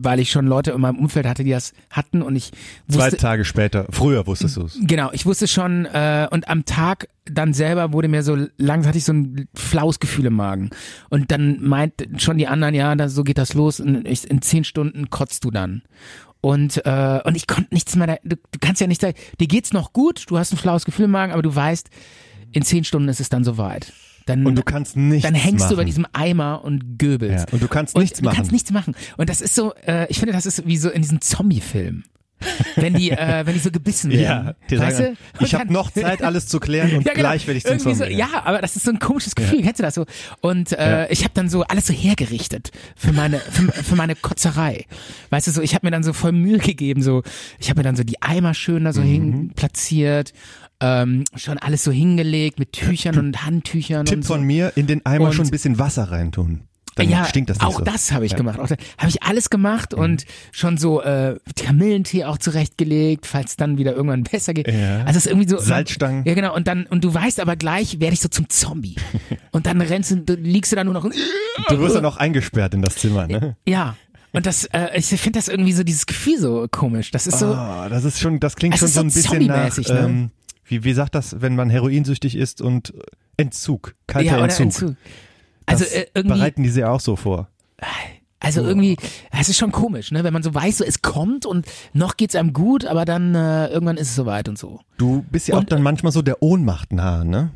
Speaker 1: weil ich schon Leute in meinem Umfeld hatte, die das hatten und ich
Speaker 4: Zwei
Speaker 1: wusste,
Speaker 4: Tage später. Früher wusstest du's.
Speaker 1: genau, ich wusste schon äh, und am Tag dann selber wurde mir so langsam hatte ich so ein flaues Gefühl im Magen und dann meint schon die anderen, ja, da, so geht das los und ich, in zehn Stunden kotzt du dann. Und, äh, und ich konnte nichts mehr, da, du, du kannst ja nicht sagen, dir geht's noch gut, du hast ein flaues Gefühl im Magen, aber du weißt, in zehn Stunden ist es dann soweit. Dann,
Speaker 4: Und du kannst nichts
Speaker 1: dann hängst
Speaker 4: machen.
Speaker 1: du über diesem Eimer und
Speaker 4: ja.
Speaker 1: göbelst.
Speaker 4: Und du kannst
Speaker 1: Und
Speaker 4: nichts
Speaker 1: du
Speaker 4: machen.
Speaker 1: kannst nichts machen. Und das ist so, äh, ich finde, das ist wie so in diesen Zombie-Filmen. wenn die, äh, wenn die so gebissen werden.
Speaker 4: ja, die
Speaker 1: weißt
Speaker 4: sagen,
Speaker 1: du? Und
Speaker 4: ich habe
Speaker 1: dann-
Speaker 4: noch Zeit, alles zu klären
Speaker 1: <laughs>
Speaker 4: und
Speaker 1: Ja, genau.
Speaker 4: gleich werde ich zum
Speaker 1: Irgendwie so,
Speaker 4: Zombie.
Speaker 1: ja, aber das ist so ein komisches Gefühl, kennst du das so? Und äh, ich habe dann so alles so hergerichtet für meine für, für meine Kotzerei. Weißt du so, ich habe mir dann so voll Mühe gegeben, so ich habe mir dann so die Eimer schön
Speaker 4: Mhm.
Speaker 1: da so hin platziert, ähm, schon alles so hingelegt mit Tüchern und Handtüchern
Speaker 4: Tipp
Speaker 1: und so.
Speaker 4: von mir, in den Eimer
Speaker 1: Und-
Speaker 4: schon ein bisschen Wasser reintun. Dann
Speaker 1: ja,
Speaker 4: stinkt das nicht
Speaker 1: auch
Speaker 4: so. Mhm.
Speaker 1: das habe ich gemacht. Auch da habe ich alles gemacht und schon so äh, Kamillentee auch zurechtgelegt, falls dann wieder irgendwann besser geht.
Speaker 4: Ja.
Speaker 1: Also es ist irgendwie so
Speaker 4: Salzstangen.
Speaker 1: Ja, genau. Und dann und du weißt aber gleich, werde ich so zum
Speaker 4: <laughs>
Speaker 1: Zombie. und dann rennst du, du, liegst du da nur noch.
Speaker 4: Du wirst dann auch eingesperrt in das Zimmer, ne?
Speaker 1: Ja. Und das, äh, ich finde das irgendwie so dieses Gefühl so komisch. Das ist so.
Speaker 4: Ah, das ist schon, das klingt
Speaker 1: Es
Speaker 4: schon
Speaker 1: ist
Speaker 4: so ein
Speaker 1: so
Speaker 4: bisschen nach,
Speaker 1: zombie-mäßig, ne?
Speaker 4: ähm, wie, wie sagt das, wenn man heroinsüchtig ist und Entzug, kalter Entzug.
Speaker 1: Also
Speaker 4: das
Speaker 1: äh, irgendwie,
Speaker 4: bereiten die sie auch so vor.
Speaker 1: also irgendwie, es ist schon komisch, ne? Wenn man so weiß, so es kommt und noch geht's einem gut, aber dann äh, irgendwann ist es soweit und so.
Speaker 4: Du bist ja auch
Speaker 1: Und-
Speaker 4: dann manchmal so der Ohnmacht nahe, ne?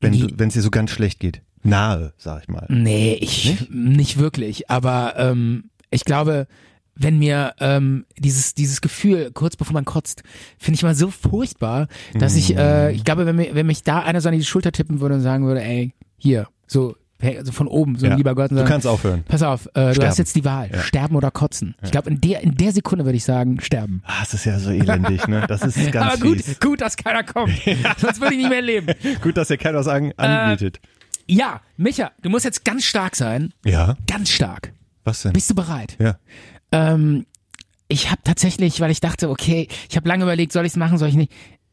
Speaker 4: Wenn
Speaker 1: Wie? Mhm.
Speaker 4: es dir so ganz schlecht geht. Nahe, sag ich mal.
Speaker 1: Nee, ich nicht, wirklich. Aber ähm, ich glaube, wenn mir ähm, dieses, dieses Gefühl, kurz bevor man kotzt, finde ich mal so furchtbar, dass ich,
Speaker 4: Mhm.
Speaker 1: äh, ich glaube, wenn, mir, wenn mich da einer so an die Schulter tippen würde und sagen würde, ey, hier, so, hey, also von oben, so ein
Speaker 4: Ja.
Speaker 1: lieber Gott, und
Speaker 4: Du
Speaker 1: sagen,
Speaker 4: kannst aufhören.
Speaker 1: pass auf, äh, du
Speaker 4: Sterben.
Speaker 1: hast jetzt die Wahl, sterben oder kotzen. Ich glaube, in der, in der Sekunde würde ich sagen, sterben.
Speaker 4: Ah, es ist ja so elendig, ne?
Speaker 1: <laughs>
Speaker 4: Das ist ganz
Speaker 1: Aber gut,
Speaker 4: fies.
Speaker 1: gut, dass keiner
Speaker 4: <laughs>
Speaker 1: kommt. Sonst würde ich nicht mehr leben.
Speaker 4: Gut, dass dir keiner sagen anbietet.
Speaker 1: Ja, Micha, du musst jetzt ganz stark sein.
Speaker 4: ja,
Speaker 1: Ganz stark.
Speaker 4: was denn?
Speaker 1: Äh. Bist du bereit?
Speaker 4: ja.
Speaker 1: Ähm, ich habe tatsächlich, weil ich dachte, okay, ich habe lange überlegt, soll ich es machen, soll ich nicht.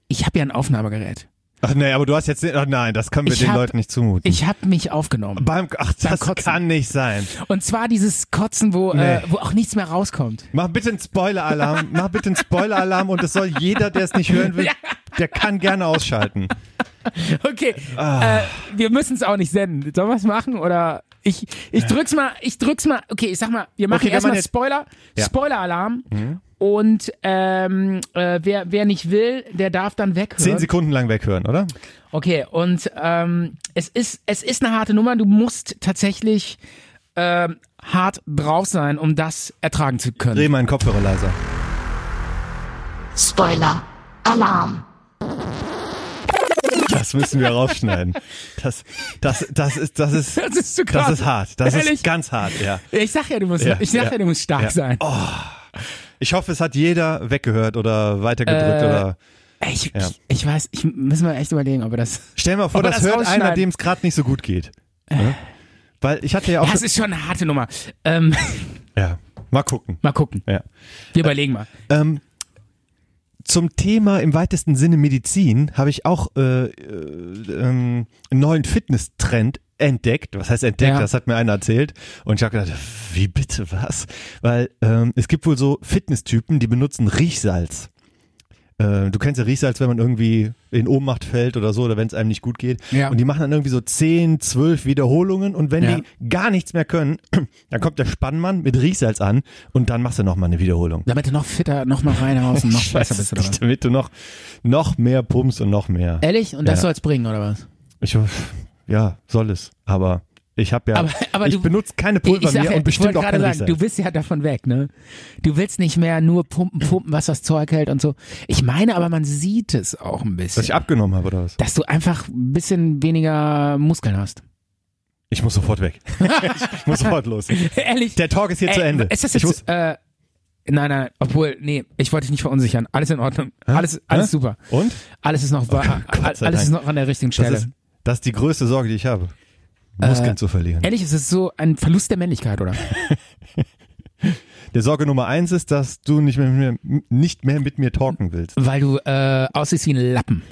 Speaker 1: Ich habe ja ein Aufnahmegerät.
Speaker 4: Ach nee, aber du hast jetzt, ach nein, das können wir
Speaker 1: Ich
Speaker 4: den
Speaker 1: hab-
Speaker 4: Leuten nicht zumuten.
Speaker 1: Ich habe mich aufgenommen.
Speaker 4: beim, ach, das
Speaker 1: Kotzen.
Speaker 4: kann nicht sein.
Speaker 1: Und zwar dieses Kotzen, wo, äh,
Speaker 4: Nee.
Speaker 1: wo auch nichts mehr rauskommt. <laughs>
Speaker 4: Mach bitte einen Spoiler-Alarm, mach bitte einen Spoiler-Alarm und es soll jeder, der es nicht hören
Speaker 1: <laughs>
Speaker 4: will, der kann gerne ausschalten.
Speaker 1: Okay,
Speaker 4: Ah.
Speaker 1: äh, wir müssen es auch nicht senden. Sollen wir es machen oder ich ich drück's mal, ich drück's mal. Okay, ich sag mal, wir
Speaker 4: Okay,
Speaker 1: machen
Speaker 4: wenn
Speaker 1: erstmal
Speaker 4: man jetzt-
Speaker 1: Spoiler,
Speaker 4: Ja. Mhm.
Speaker 1: Spoiler-Alarm. Und ähm, äh, wer wer nicht will, der darf dann weghören.
Speaker 4: Zehn Sekunden lang weghören, oder?
Speaker 1: Okay, und ähm, es ist es ist eine harte Nummer. Du musst tatsächlich ähm, hart drauf sein, um das ertragen zu können.
Speaker 4: Dreh meinen Kopfhörer leiser.
Speaker 5: Spoiler. Alarm.
Speaker 4: Das müssen wir rausschneiden. Das, das, das ist, das
Speaker 1: <laughs>
Speaker 4: ist,
Speaker 1: Das ist zu krass.
Speaker 4: das ist hart. Das
Speaker 1: Ehrlich?
Speaker 4: ist ganz hart, ja.
Speaker 1: Ich sag ja, du musst
Speaker 4: Ja,
Speaker 1: ich sag ja,
Speaker 4: ja,
Speaker 1: du musst stark
Speaker 4: ja. Oh,
Speaker 1: sein.
Speaker 4: Ich hoffe, es hat jeder weggehört oder
Speaker 1: Äh.
Speaker 4: weitergedrückt oder.
Speaker 1: Ey, ich,
Speaker 4: Ja.
Speaker 1: ich, ich weiß, ich müssen wir echt überlegen, ob wir das.
Speaker 4: Stell dir mal vor,
Speaker 1: Aber
Speaker 4: das,
Speaker 1: das
Speaker 4: hört
Speaker 1: rausschneiden.
Speaker 4: einer, dem es gerade nicht so gut geht. Ne? Weil ich hatte ja auch.
Speaker 1: Das ist schon eine harte Nummer. Ähm, <laughs>
Speaker 4: ja, mal gucken.
Speaker 1: mal gucken.
Speaker 4: Ja.
Speaker 1: Wir überlegen mal.
Speaker 4: Ähm, zum Thema im weitesten Sinne Medizin habe ich auch äh, äh, ähm, einen neuen Fitnesstrend entdeckt. Was heißt entdeckt?
Speaker 1: Ja.
Speaker 4: Das hat mir einer erzählt. Und ich habe gedacht, wie bitte was? Weil ähm, es gibt wohl so Fitnesstypen, die benutzen Riechsalz. Äh, Du kennst ja Riechsalz, wenn man irgendwie in Ohnmacht fällt oder so, oder wenn es einem nicht gut geht.
Speaker 1: Ja.
Speaker 4: Und die machen dann irgendwie so 10, 12 Wiederholungen. Und wenn
Speaker 1: Ja.
Speaker 4: die gar nichts mehr können, <clears throat> dann kommt der Spannmann mit Riechsalz an und dann machst du nochmal eine Wiederholung.
Speaker 1: Damit du noch fitter, noch mal reinhaust und noch besser bist oder was? Äh.
Speaker 4: Damit du noch, noch mehr pumpst und noch mehr.
Speaker 1: Ehrlich? Und das
Speaker 4: Ja.
Speaker 1: soll's bringen, oder was?
Speaker 4: Ich, ja, soll es. Aber ich habe ja,
Speaker 1: Aber- aber
Speaker 4: ich
Speaker 1: du-
Speaker 4: benutze keine
Speaker 1: Ich,
Speaker 4: Pulver
Speaker 1: sag
Speaker 4: mehr
Speaker 1: ja,
Speaker 4: und
Speaker 1: ich
Speaker 4: bestimmt
Speaker 1: wollte
Speaker 4: auch
Speaker 1: gerade
Speaker 4: keine
Speaker 1: sagen, du
Speaker 4: Riechsalz.
Speaker 1: bist ja davon weg, ne? Du willst nicht mehr nur pumpen, pumpen, was das Zeug hält und so. Ich meine aber, man sieht es auch ein
Speaker 4: Dass
Speaker 1: bisschen.
Speaker 4: ich abgenommen habe oder was?
Speaker 1: Dass du einfach ein bisschen weniger Muskeln
Speaker 4: <laughs>
Speaker 1: hast.
Speaker 4: Ich muss sofort
Speaker 1: <laughs>
Speaker 4: weg. ich muss sofort los.
Speaker 1: Ehrlich?
Speaker 4: Der Talk ist hier
Speaker 1: Ey,
Speaker 4: zu Ende.
Speaker 1: Ist das
Speaker 4: ich muss,
Speaker 1: jetzt, äh, nein, nein, obwohl, nee, ich wollte dich nicht verunsichern. Alles in Ordnung. Alles, alles
Speaker 4: Hä?
Speaker 1: super.
Speaker 4: und?
Speaker 1: Alles ist <laughs> noch, wa-
Speaker 4: Gott sei
Speaker 1: alles ist
Speaker 4: Dank.
Speaker 1: noch an der richtigen
Speaker 4: Das
Speaker 1: Stelle.
Speaker 4: ist, das ist die größte Sorge, die ich habe.
Speaker 1: Äh,
Speaker 4: Muskeln zu verlieren.
Speaker 1: Ehrlich, es ist so ein Verlust der Männlichkeit,
Speaker 4: <laughs>
Speaker 1: oder?
Speaker 4: Der Sorge Nummer eins ist, dass du nicht mehr, mit mir- nicht mehr mit mir talken willst.
Speaker 1: Weil du äh, aussiehst wie ein Lappen.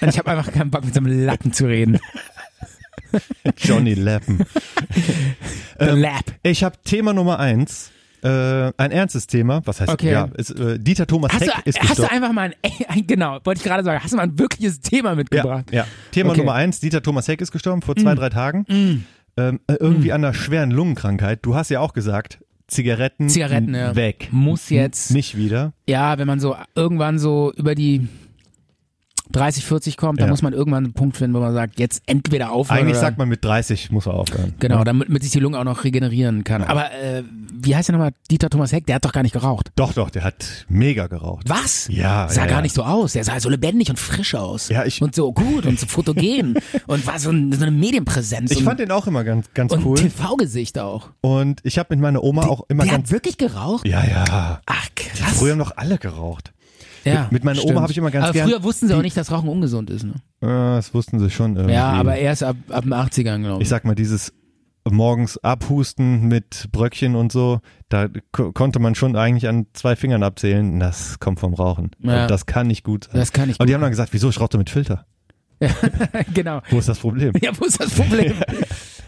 Speaker 1: Und ich habe einfach keinen Bock, mit so einem Lappen zu reden.
Speaker 4: Johnny Lappen.
Speaker 1: The
Speaker 4: Ähm,
Speaker 1: Lap.
Speaker 4: Ich habe Thema Nummer eins. Äh, ein ernstes Thema. Was heißt
Speaker 1: Okay.
Speaker 4: ja, ist, äh, Dieter Thomas
Speaker 1: Hast
Speaker 4: Heck
Speaker 1: du,
Speaker 4: ist
Speaker 1: hast du
Speaker 4: gestorben.
Speaker 1: einfach mal ein, <laughs> ein, genau, wollte ich gerade sagen, hast du mal ein wirkliches Thema
Speaker 4: ja,
Speaker 1: mitgebracht?
Speaker 4: ja. Thema
Speaker 1: Okay. Mm.
Speaker 4: Nummer eins. Dieter Thomas Heck ist gestorben vor zwei, drei Tagen. Ähm, äh, irgendwie an einer schweren Lungenkrankheit. Du hast ja auch gesagt, Zigaretten,
Speaker 1: Zigaretten, ja.
Speaker 4: weg.
Speaker 1: Muss jetzt,
Speaker 4: Nicht wieder.
Speaker 1: ja, wenn man so irgendwann so über die 30, 40 kommt, dann
Speaker 4: Ja.
Speaker 1: muss man irgendwann einen Punkt finden, wo man sagt, jetzt entweder aufhören
Speaker 4: Eigentlich
Speaker 1: oder,
Speaker 4: sagt man, mit 30 muss er aufhören.
Speaker 1: genau, damit, damit sich die Lunge auch noch regenerieren kann. Aber äh, wie heißt der nochmal? Dieter Thomas Heck, der hat doch gar nicht geraucht.
Speaker 4: Doch, doch, der hat mega geraucht.
Speaker 1: Was?
Speaker 4: Ja,
Speaker 1: Sah
Speaker 4: ja,
Speaker 1: gar
Speaker 4: ja.
Speaker 1: nicht so aus. Der sah so lebendig und frisch aus.
Speaker 4: Ja, ich-
Speaker 1: und so gut und so fotogen
Speaker 4: <laughs>
Speaker 1: und war so, ein, so eine Medienpräsenz.
Speaker 4: Ich
Speaker 1: und,
Speaker 4: fand den auch immer ganz, ganz
Speaker 1: und
Speaker 4: cool.
Speaker 1: TV-Gesicht auch.
Speaker 4: Und ich habe mit meiner Oma auch immer
Speaker 1: der
Speaker 4: ganz.
Speaker 1: hat wirklich geraucht?
Speaker 4: Ja, ja.
Speaker 1: Ach krass.
Speaker 4: Früher haben doch alle geraucht.
Speaker 1: ja,
Speaker 4: mit meiner Oma
Speaker 1: stimmt.
Speaker 4: habe ich immer ganz
Speaker 1: aber
Speaker 4: gern
Speaker 1: Früher wussten sie auch
Speaker 4: die-
Speaker 1: nicht, dass Rauchen ungesund ist. Ne?
Speaker 4: Äh, das wussten sie schon irgendwie.
Speaker 1: Ja, aber erst ab, ab den 80ern, glaube
Speaker 4: ich
Speaker 1: ich.
Speaker 4: sag mal, dieses morgens abhusten mit Bröckchen und so, da ko konnte man schon eigentlich an zwei Fingern abzählen, das kommt vom Rauchen. Also
Speaker 1: Ja.
Speaker 4: Das kann nicht gut sein.
Speaker 1: Das kann nicht
Speaker 4: Aber die
Speaker 1: gut
Speaker 4: haben dann gesagt, wieso schraubt er mit Filter?
Speaker 1: <laughs> genau.
Speaker 4: Wo ist das Problem?
Speaker 1: Ja, wo ist das
Speaker 4: <laughs>
Speaker 1: Problem?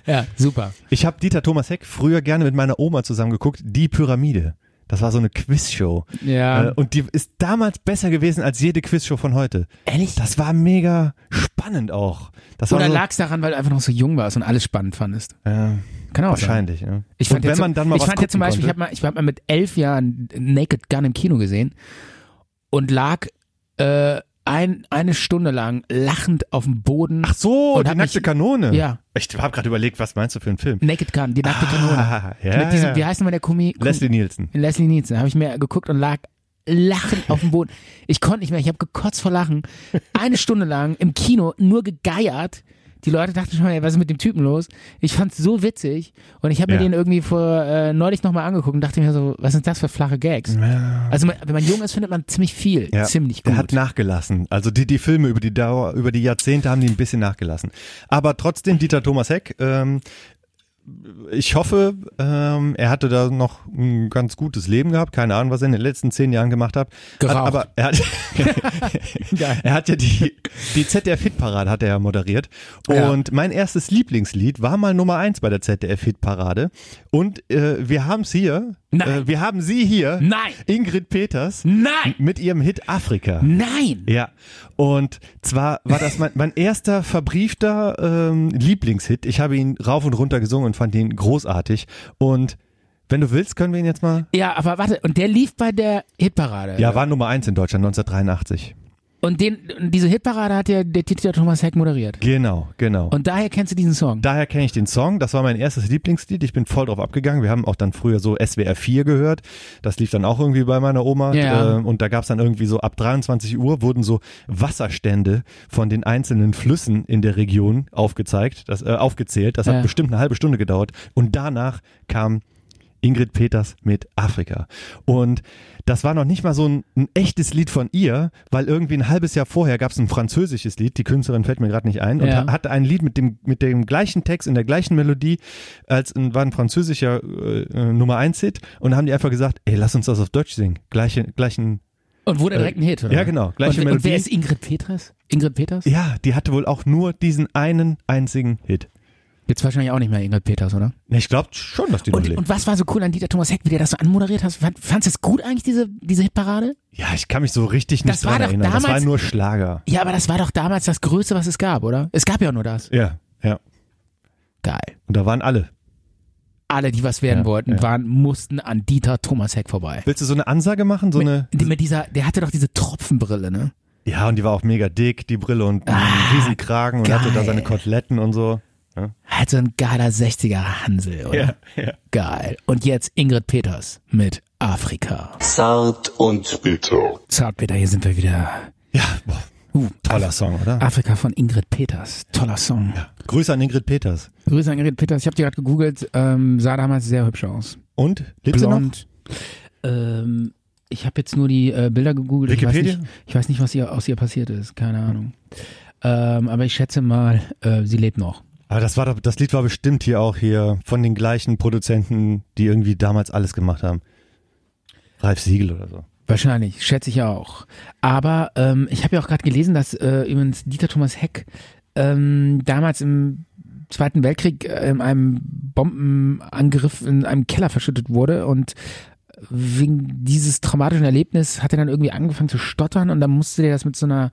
Speaker 1: ja, super.
Speaker 4: Ich habe Dieter Thomas Heck früher gerne mit meiner Oma zusammen geguckt, Die Pyramide. Das war so eine Quizshow.
Speaker 1: Ja.
Speaker 4: Äh, und die ist damals besser gewesen als jede Quizshow von heute.
Speaker 1: Ehrlich?
Speaker 4: Das war mega spannend auch. Das
Speaker 1: Oder
Speaker 4: war so,
Speaker 1: lag es daran, weil du einfach noch so jung warst und alles spannend fandest?
Speaker 4: Ja,
Speaker 1: Kann auch sein.
Speaker 4: wahrscheinlich. Ja.
Speaker 1: Ich
Speaker 4: und
Speaker 1: fand
Speaker 4: wenn
Speaker 1: jetzt,
Speaker 4: man dann mal
Speaker 1: ich
Speaker 4: was
Speaker 1: fand ja zum
Speaker 4: gucken
Speaker 1: Beispiel,
Speaker 4: konnte,
Speaker 1: ich habe mal, ich hab mal mit elf Jahren Naked Gun im Kino gesehen und lag äh, ein, eine Stunde lang lachend auf dem Boden.
Speaker 4: Ach so,
Speaker 1: und
Speaker 4: die
Speaker 1: hab
Speaker 4: nackte
Speaker 1: mich-
Speaker 4: Kanone.
Speaker 1: Ja.
Speaker 4: Ich habe gerade überlegt, was meinst du für einen Film?
Speaker 1: Naked Gun, die nackte Kanone.
Speaker 4: Ah, ja,
Speaker 1: mit diesem,
Speaker 4: ja.
Speaker 1: wie heißt nochmal der Kumi? Kumi-
Speaker 4: Leslie Nielsen.
Speaker 1: Leslie Nielsen. Habe ich mir geguckt und lag lachend auf dem Boden. Ich konnte nicht mehr, ich habe gekotzt vor Lachen. Eine Stunde lang im Kino nur gegeiert. Die Leute dachten schon, ey, was ist mit dem Typen los? Ich fand's so witzig und ich habe mir
Speaker 4: Ja.
Speaker 1: den irgendwie vor äh, neulich nochmal angeguckt und dachte mir so, was sind das für flache Gags? Also man, wenn man jung ist, findet man ziemlich viel,
Speaker 4: Ja,
Speaker 1: ziemlich
Speaker 4: Der hat
Speaker 1: gut.
Speaker 4: nachgelassen. Also die, die Filme über die Dauer, über die Jahrzehnte haben die ein bisschen nachgelassen. Aber trotzdem Dieter Thomas Heck. Ähm, ich hoffe, ähm, er hatte da noch ein ganz gutes Leben gehabt. Keine Ahnung, was er in den letzten zehn Jahren gemacht hat. hat
Speaker 1: Geraucht.
Speaker 4: aber er
Speaker 1: <laughs>
Speaker 4: hat, <laughs> er hat ja die, die ZDF-Hit-Parade hat er ja moderiert.
Speaker 1: Ja.
Speaker 4: Und mein erstes Lieblingslied war mal Nummer eins bei der ZDF-Hit-Parade. Und äh, wir haben es hier.
Speaker 1: Nein.
Speaker 4: Äh, wir haben sie hier.
Speaker 1: Nein.
Speaker 4: Ingrid Peters.
Speaker 1: Nein!
Speaker 4: Mit ihrem Hit Afrika.
Speaker 1: Nein!
Speaker 4: Ja, und zwar war das mein, mein erster verbriefter ähm, Lieblingshit. Ich habe ihn rauf und runter gesungen und fand ihn großartig. Und wenn du willst, können wir ihn jetzt mal.
Speaker 1: Ja, aber warte, und der lief bei der Hitparade.
Speaker 4: Ja, war Nummer eins in Deutschland 1983.
Speaker 1: Und den, und diese Hitparade hat ja der Titi Thomas Heck moderiert.
Speaker 4: Genau, genau.
Speaker 1: Und daher kennst du diesen Song.
Speaker 4: Daher kenne ich den Song. Das war mein erstes Lieblingslied. Ich bin voll drauf abgegangen. Wir haben auch dann früher so SWR 4 gehört. Das lief dann auch irgendwie bei meiner Oma.
Speaker 1: Ja.
Speaker 4: Ähm, Und da gab es dann irgendwie so ab 23 Uhr wurden so Wasserstände von den einzelnen Flüssen in der Region aufgezeigt, das, äh, aufgezählt. Das hat
Speaker 1: Ja.
Speaker 4: bestimmt eine halbe Stunde gedauert. Und danach kam Ingrid Peters mit Afrika. Und das war noch nicht mal so ein, ein echtes Lied von ihr, weil irgendwie ein halbes Jahr vorher gab es ein französisches Lied, die Künstlerin fällt mir gerade nicht ein, und
Speaker 1: Ja.
Speaker 4: ha- hatte ein Lied mit dem, mit dem gleichen Text, in der gleichen Melodie, als ein, war ein französischer äh, äh, Nummer 1 Hit und haben die einfach gesagt, ey, lass uns das auf Deutsch singen. Gleiche, gleichen,
Speaker 1: Und wurde direkt ein Hit, oder?
Speaker 4: ja genau,
Speaker 1: Und,
Speaker 4: gleiche
Speaker 1: und
Speaker 4: Melodie.
Speaker 1: wer ist Ingrid Peters? Ingrid Peters?
Speaker 4: ja, die hatte wohl auch nur diesen einen einzigen Hit.
Speaker 1: Jetzt wahrscheinlich auch nicht mehr Ingrid Peters, oder?
Speaker 4: Na, Ich glaube schon, dass die noch
Speaker 1: Und,
Speaker 4: lebt.
Speaker 1: und was war so cool an Dieter Thomas Heck, wie der das so anmoderiert hast? Fand- Fandst du das gut eigentlich, diese, diese Hitparade?
Speaker 4: ja, ich kann mich so richtig nicht
Speaker 1: Das war
Speaker 4: dran
Speaker 1: doch
Speaker 4: erinnern. Das war
Speaker 1: damals-
Speaker 4: nur Schlager.
Speaker 1: Ja, aber das war doch damals das Größte, was es gab, oder? Es gab ja nur das.
Speaker 4: Ja, ja.
Speaker 1: Geil.
Speaker 4: Und da waren alle.
Speaker 1: Alle, die was werden
Speaker 4: Ja,
Speaker 1: wollten,
Speaker 4: ja.
Speaker 1: waren, mussten an Dieter Thomas Heck vorbei.
Speaker 4: Willst du so eine Ansage machen? So eine.
Speaker 1: Die, mit dieser, der hatte doch diese Tropfenbrille, ne?
Speaker 4: Ja, und die war auch mega dick, die Brille und einen riesen Kragen und hatte da
Speaker 1: geil.
Speaker 4: seine Koteletten und so.
Speaker 1: Halt so ein geiler 60er Hansel, oder?
Speaker 4: ja.
Speaker 1: Geil. Und jetzt Ingrid Peters mit Afrika.
Speaker 2: Zart und bitter.
Speaker 1: Zart, Peter, hier sind wir wieder.
Speaker 4: Ja, boah,
Speaker 1: Uh,
Speaker 4: toller Song, oder?
Speaker 1: Afrika von Ingrid Peters. Toller Song.
Speaker 4: Grüße an Ingrid Peters.
Speaker 1: Grüße an Ingrid Peters. Ich habe die gerade gegoogelt. Ähm, sah damals sehr hübsch aus.
Speaker 4: Und? Lebt sie noch?
Speaker 1: Blond. Ähm, ich habe jetzt nur die äh, Bilder gegoogelt. Ich
Speaker 4: Wikipedia?
Speaker 1: weiß nicht, ich weiß nicht was ihr, aus ihr passiert ist. Keine Ahnung. Ähm, aber ich schätze mal, äh, sie lebt noch.
Speaker 4: Aber Ah, das war doch, das Lied war bestimmt hier auch hier von den gleichen Produzenten, die irgendwie damals alles gemacht haben. Ralf Siegel oder so.
Speaker 1: Wahrscheinlich, schätze ich ja auch. Aber ähm, ich habe ja auch gerade gelesen, dass äh, übrigens Dieter Thomas Heck ähm, damals im Zweiten Weltkrieg äh, in einem Bombenangriff in einem Keller verschüttet wurde und wegen dieses traumatischen Erlebnis hat er dann irgendwie angefangen zu stottern und dann musste der das mit so einer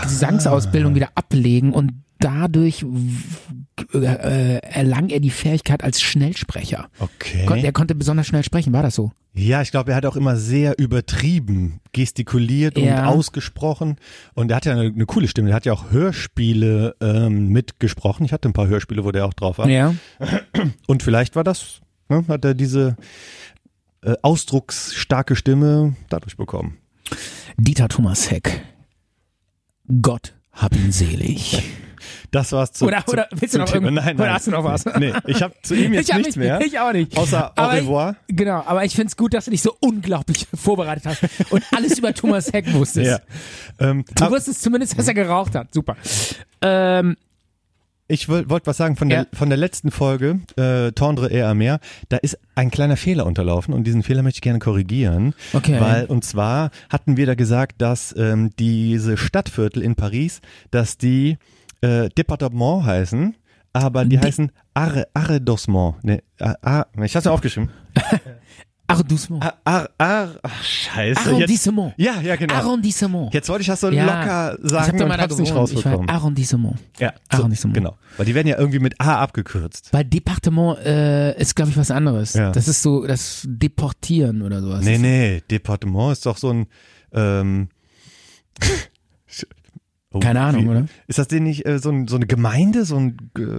Speaker 1: Gesangsausbildung wieder ablegen und dadurch w- äh, erlang er die Fähigkeit als Schnellsprecher. Kon
Speaker 4: Okay.
Speaker 1: er konnte besonders schnell sprechen, war das so?
Speaker 4: Ja, ich glaube, er hat auch immer sehr übertrieben gestikuliert
Speaker 1: Ja.
Speaker 4: und ausgesprochen. Und er hat ja eine, eine coole Stimme. Er hat ja auch Hörspiele ähm, mitgesprochen. Ich hatte ein paar Hörspiele, wo der auch drauf war.
Speaker 1: Ja.
Speaker 4: Und vielleicht war das, ne, hat er diese äh, ausdrucksstarke Stimme dadurch bekommen.
Speaker 1: Dieter Thomas Heck. Gott hab ihn selig.
Speaker 4: Das war's zu.
Speaker 1: Oder-
Speaker 4: zu,
Speaker 1: oder willst du
Speaker 4: zum
Speaker 1: noch
Speaker 4: Thema.
Speaker 1: irgend-
Speaker 4: nein, nein.
Speaker 1: oder hast du noch was?
Speaker 4: Nee, ich habe zu ihm jetzt
Speaker 1: hab
Speaker 4: nichts
Speaker 1: mich-
Speaker 4: mehr.
Speaker 1: <laughs> Ich auch nicht.
Speaker 4: Außer au
Speaker 1: Aber ich-
Speaker 4: revoir.
Speaker 1: Genau, aber ich find's gut, dass du dich so unglaublich <laughs> vorbereitet hast und alles über Thomas Heck wusstest.
Speaker 4: Ja. Ähm,
Speaker 1: Du
Speaker 4: aber
Speaker 1: wusstest zumindest, dass er geraucht hat. Super. Ähm,
Speaker 4: ich wollte wollt was sagen von der,
Speaker 1: Ja.
Speaker 4: von der letzten Folge, äh, Tendre eher mehr. Da ist ein kleiner Fehler unterlaufen und diesen Fehler möchte ich gerne korrigieren.
Speaker 1: Okay.
Speaker 4: Weil, und zwar hatten wir da gesagt, dass ähm, diese Stadtviertel in Paris, dass die äh, Departement heißen, aber die heißen Arre, Arrondissement. Ne, A- A- ich hab's mir aufgeschrieben.
Speaker 1: Arrondissement.
Speaker 4: Ar, ar, ar, ach, scheiße. Jetzt,
Speaker 1: Arrondissement.
Speaker 4: ja, ja, genau.
Speaker 1: Arrondissement.
Speaker 4: Jetzt wollte ich das so
Speaker 1: Ja.
Speaker 4: locker
Speaker 1: ich hab
Speaker 4: sagen
Speaker 1: da mal
Speaker 4: und
Speaker 1: da
Speaker 4: hab's nicht
Speaker 1: gewohnt. Ich war
Speaker 4: rausbekommen.
Speaker 1: Arrondissement.
Speaker 4: Ja,
Speaker 1: Arrondissement.
Speaker 4: genau. Weil die werden ja irgendwie mit A abgekürzt.
Speaker 1: Weil Departement äh, ist, glaube ich, was anderes.
Speaker 4: Ja.
Speaker 1: Das ist so das Deportieren oder sowas.
Speaker 4: Nee, nee, Departement ist doch so ein, ähm,
Speaker 1: <laughs>
Speaker 4: oh,
Speaker 1: Keine Ahnung, oder?
Speaker 4: Ist das denn nicht äh, so, ein, so eine Gemeinde? So ein, äh,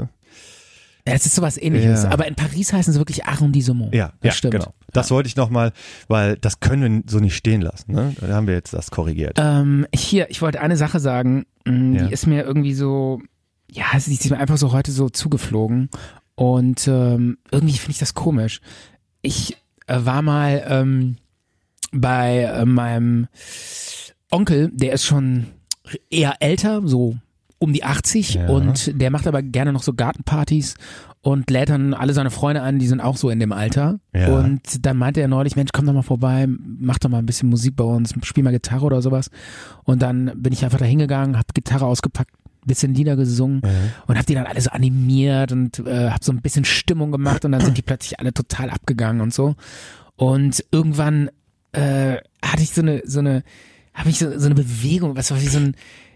Speaker 1: Ja, Es ist sowas ähnliches.
Speaker 4: Ja.
Speaker 1: Aber in Paris heißen sie wirklich Arrondissement.
Speaker 4: ja,
Speaker 1: das
Speaker 4: ja,
Speaker 1: stimmt.
Speaker 4: genau. Das wollte ich nochmal, weil das können wir so nicht stehen lassen. Ne? Da haben wir jetzt das korrigiert.
Speaker 1: Ähm, hier, ich wollte eine Sache sagen, mh,
Speaker 4: Ja.
Speaker 1: die ist mir irgendwie so, ja, sie ist mir einfach so heute so zugeflogen und ähm, irgendwie finde ich das komisch. Ich äh, war mal ähm, bei äh, meinem Onkel, der ist schon eher älter, so um die 80
Speaker 4: Ja.
Speaker 1: und der macht aber gerne noch so Gartenpartys und lädt dann alle seine Freunde an, die sind auch so in dem Alter.
Speaker 4: Ja.
Speaker 1: Und dann meinte er neulich, Mensch, komm doch mal vorbei, mach doch mal ein bisschen Musik bei uns, spiel mal Gitarre oder sowas. Und dann bin ich einfach da hingegangen, hab Gitarre ausgepackt, bisschen Lieder gesungen und hab die dann alle so animiert und äh, hab so ein bisschen Stimmung gemacht und dann sind die plötzlich alle total abgegangen und so. Und irgendwann äh, hatte ich so eine, so eine, habe ich so, so eine Bewegung, was war wie so ein,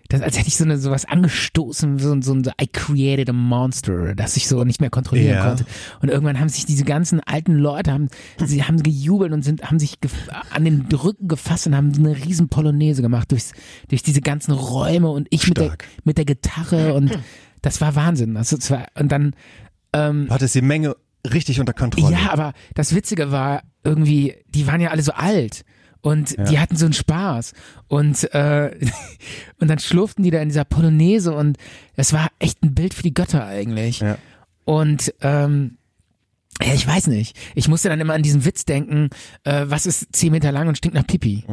Speaker 1: das, als hätte ich so eine sowas angestoßen, so, ein- so ein so, I created a monster, das ich so nicht mehr kontrollieren
Speaker 4: Ja.
Speaker 1: konnte. Und irgendwann haben sich diese ganzen alten Leute, haben, sie haben gejubelt und sind, haben sich gef- an den Rücken gefasst und haben eine riesen Polonaise gemacht durchs, durch diese ganzen Räume und ich mit der,
Speaker 4: Stark.
Speaker 1: mit der Gitarre und das war Wahnsinn. Also, das war, und dann
Speaker 4: Du hattest die Menge richtig unter Kontrolle.
Speaker 1: ja, aber das Witzige war irgendwie, die waren ja alle so alt und die hatten so einen Spaß und äh, <laughs> und dann schlurften die da in dieser Polonaise und es war echt ein Bild für die Götter eigentlich.
Speaker 4: Ja.
Speaker 1: Und ähm, ja, ich weiß nicht. Ich musste dann immer an diesen Witz denken, äh, was ist zehn Meter lang und stinkt nach Pipi?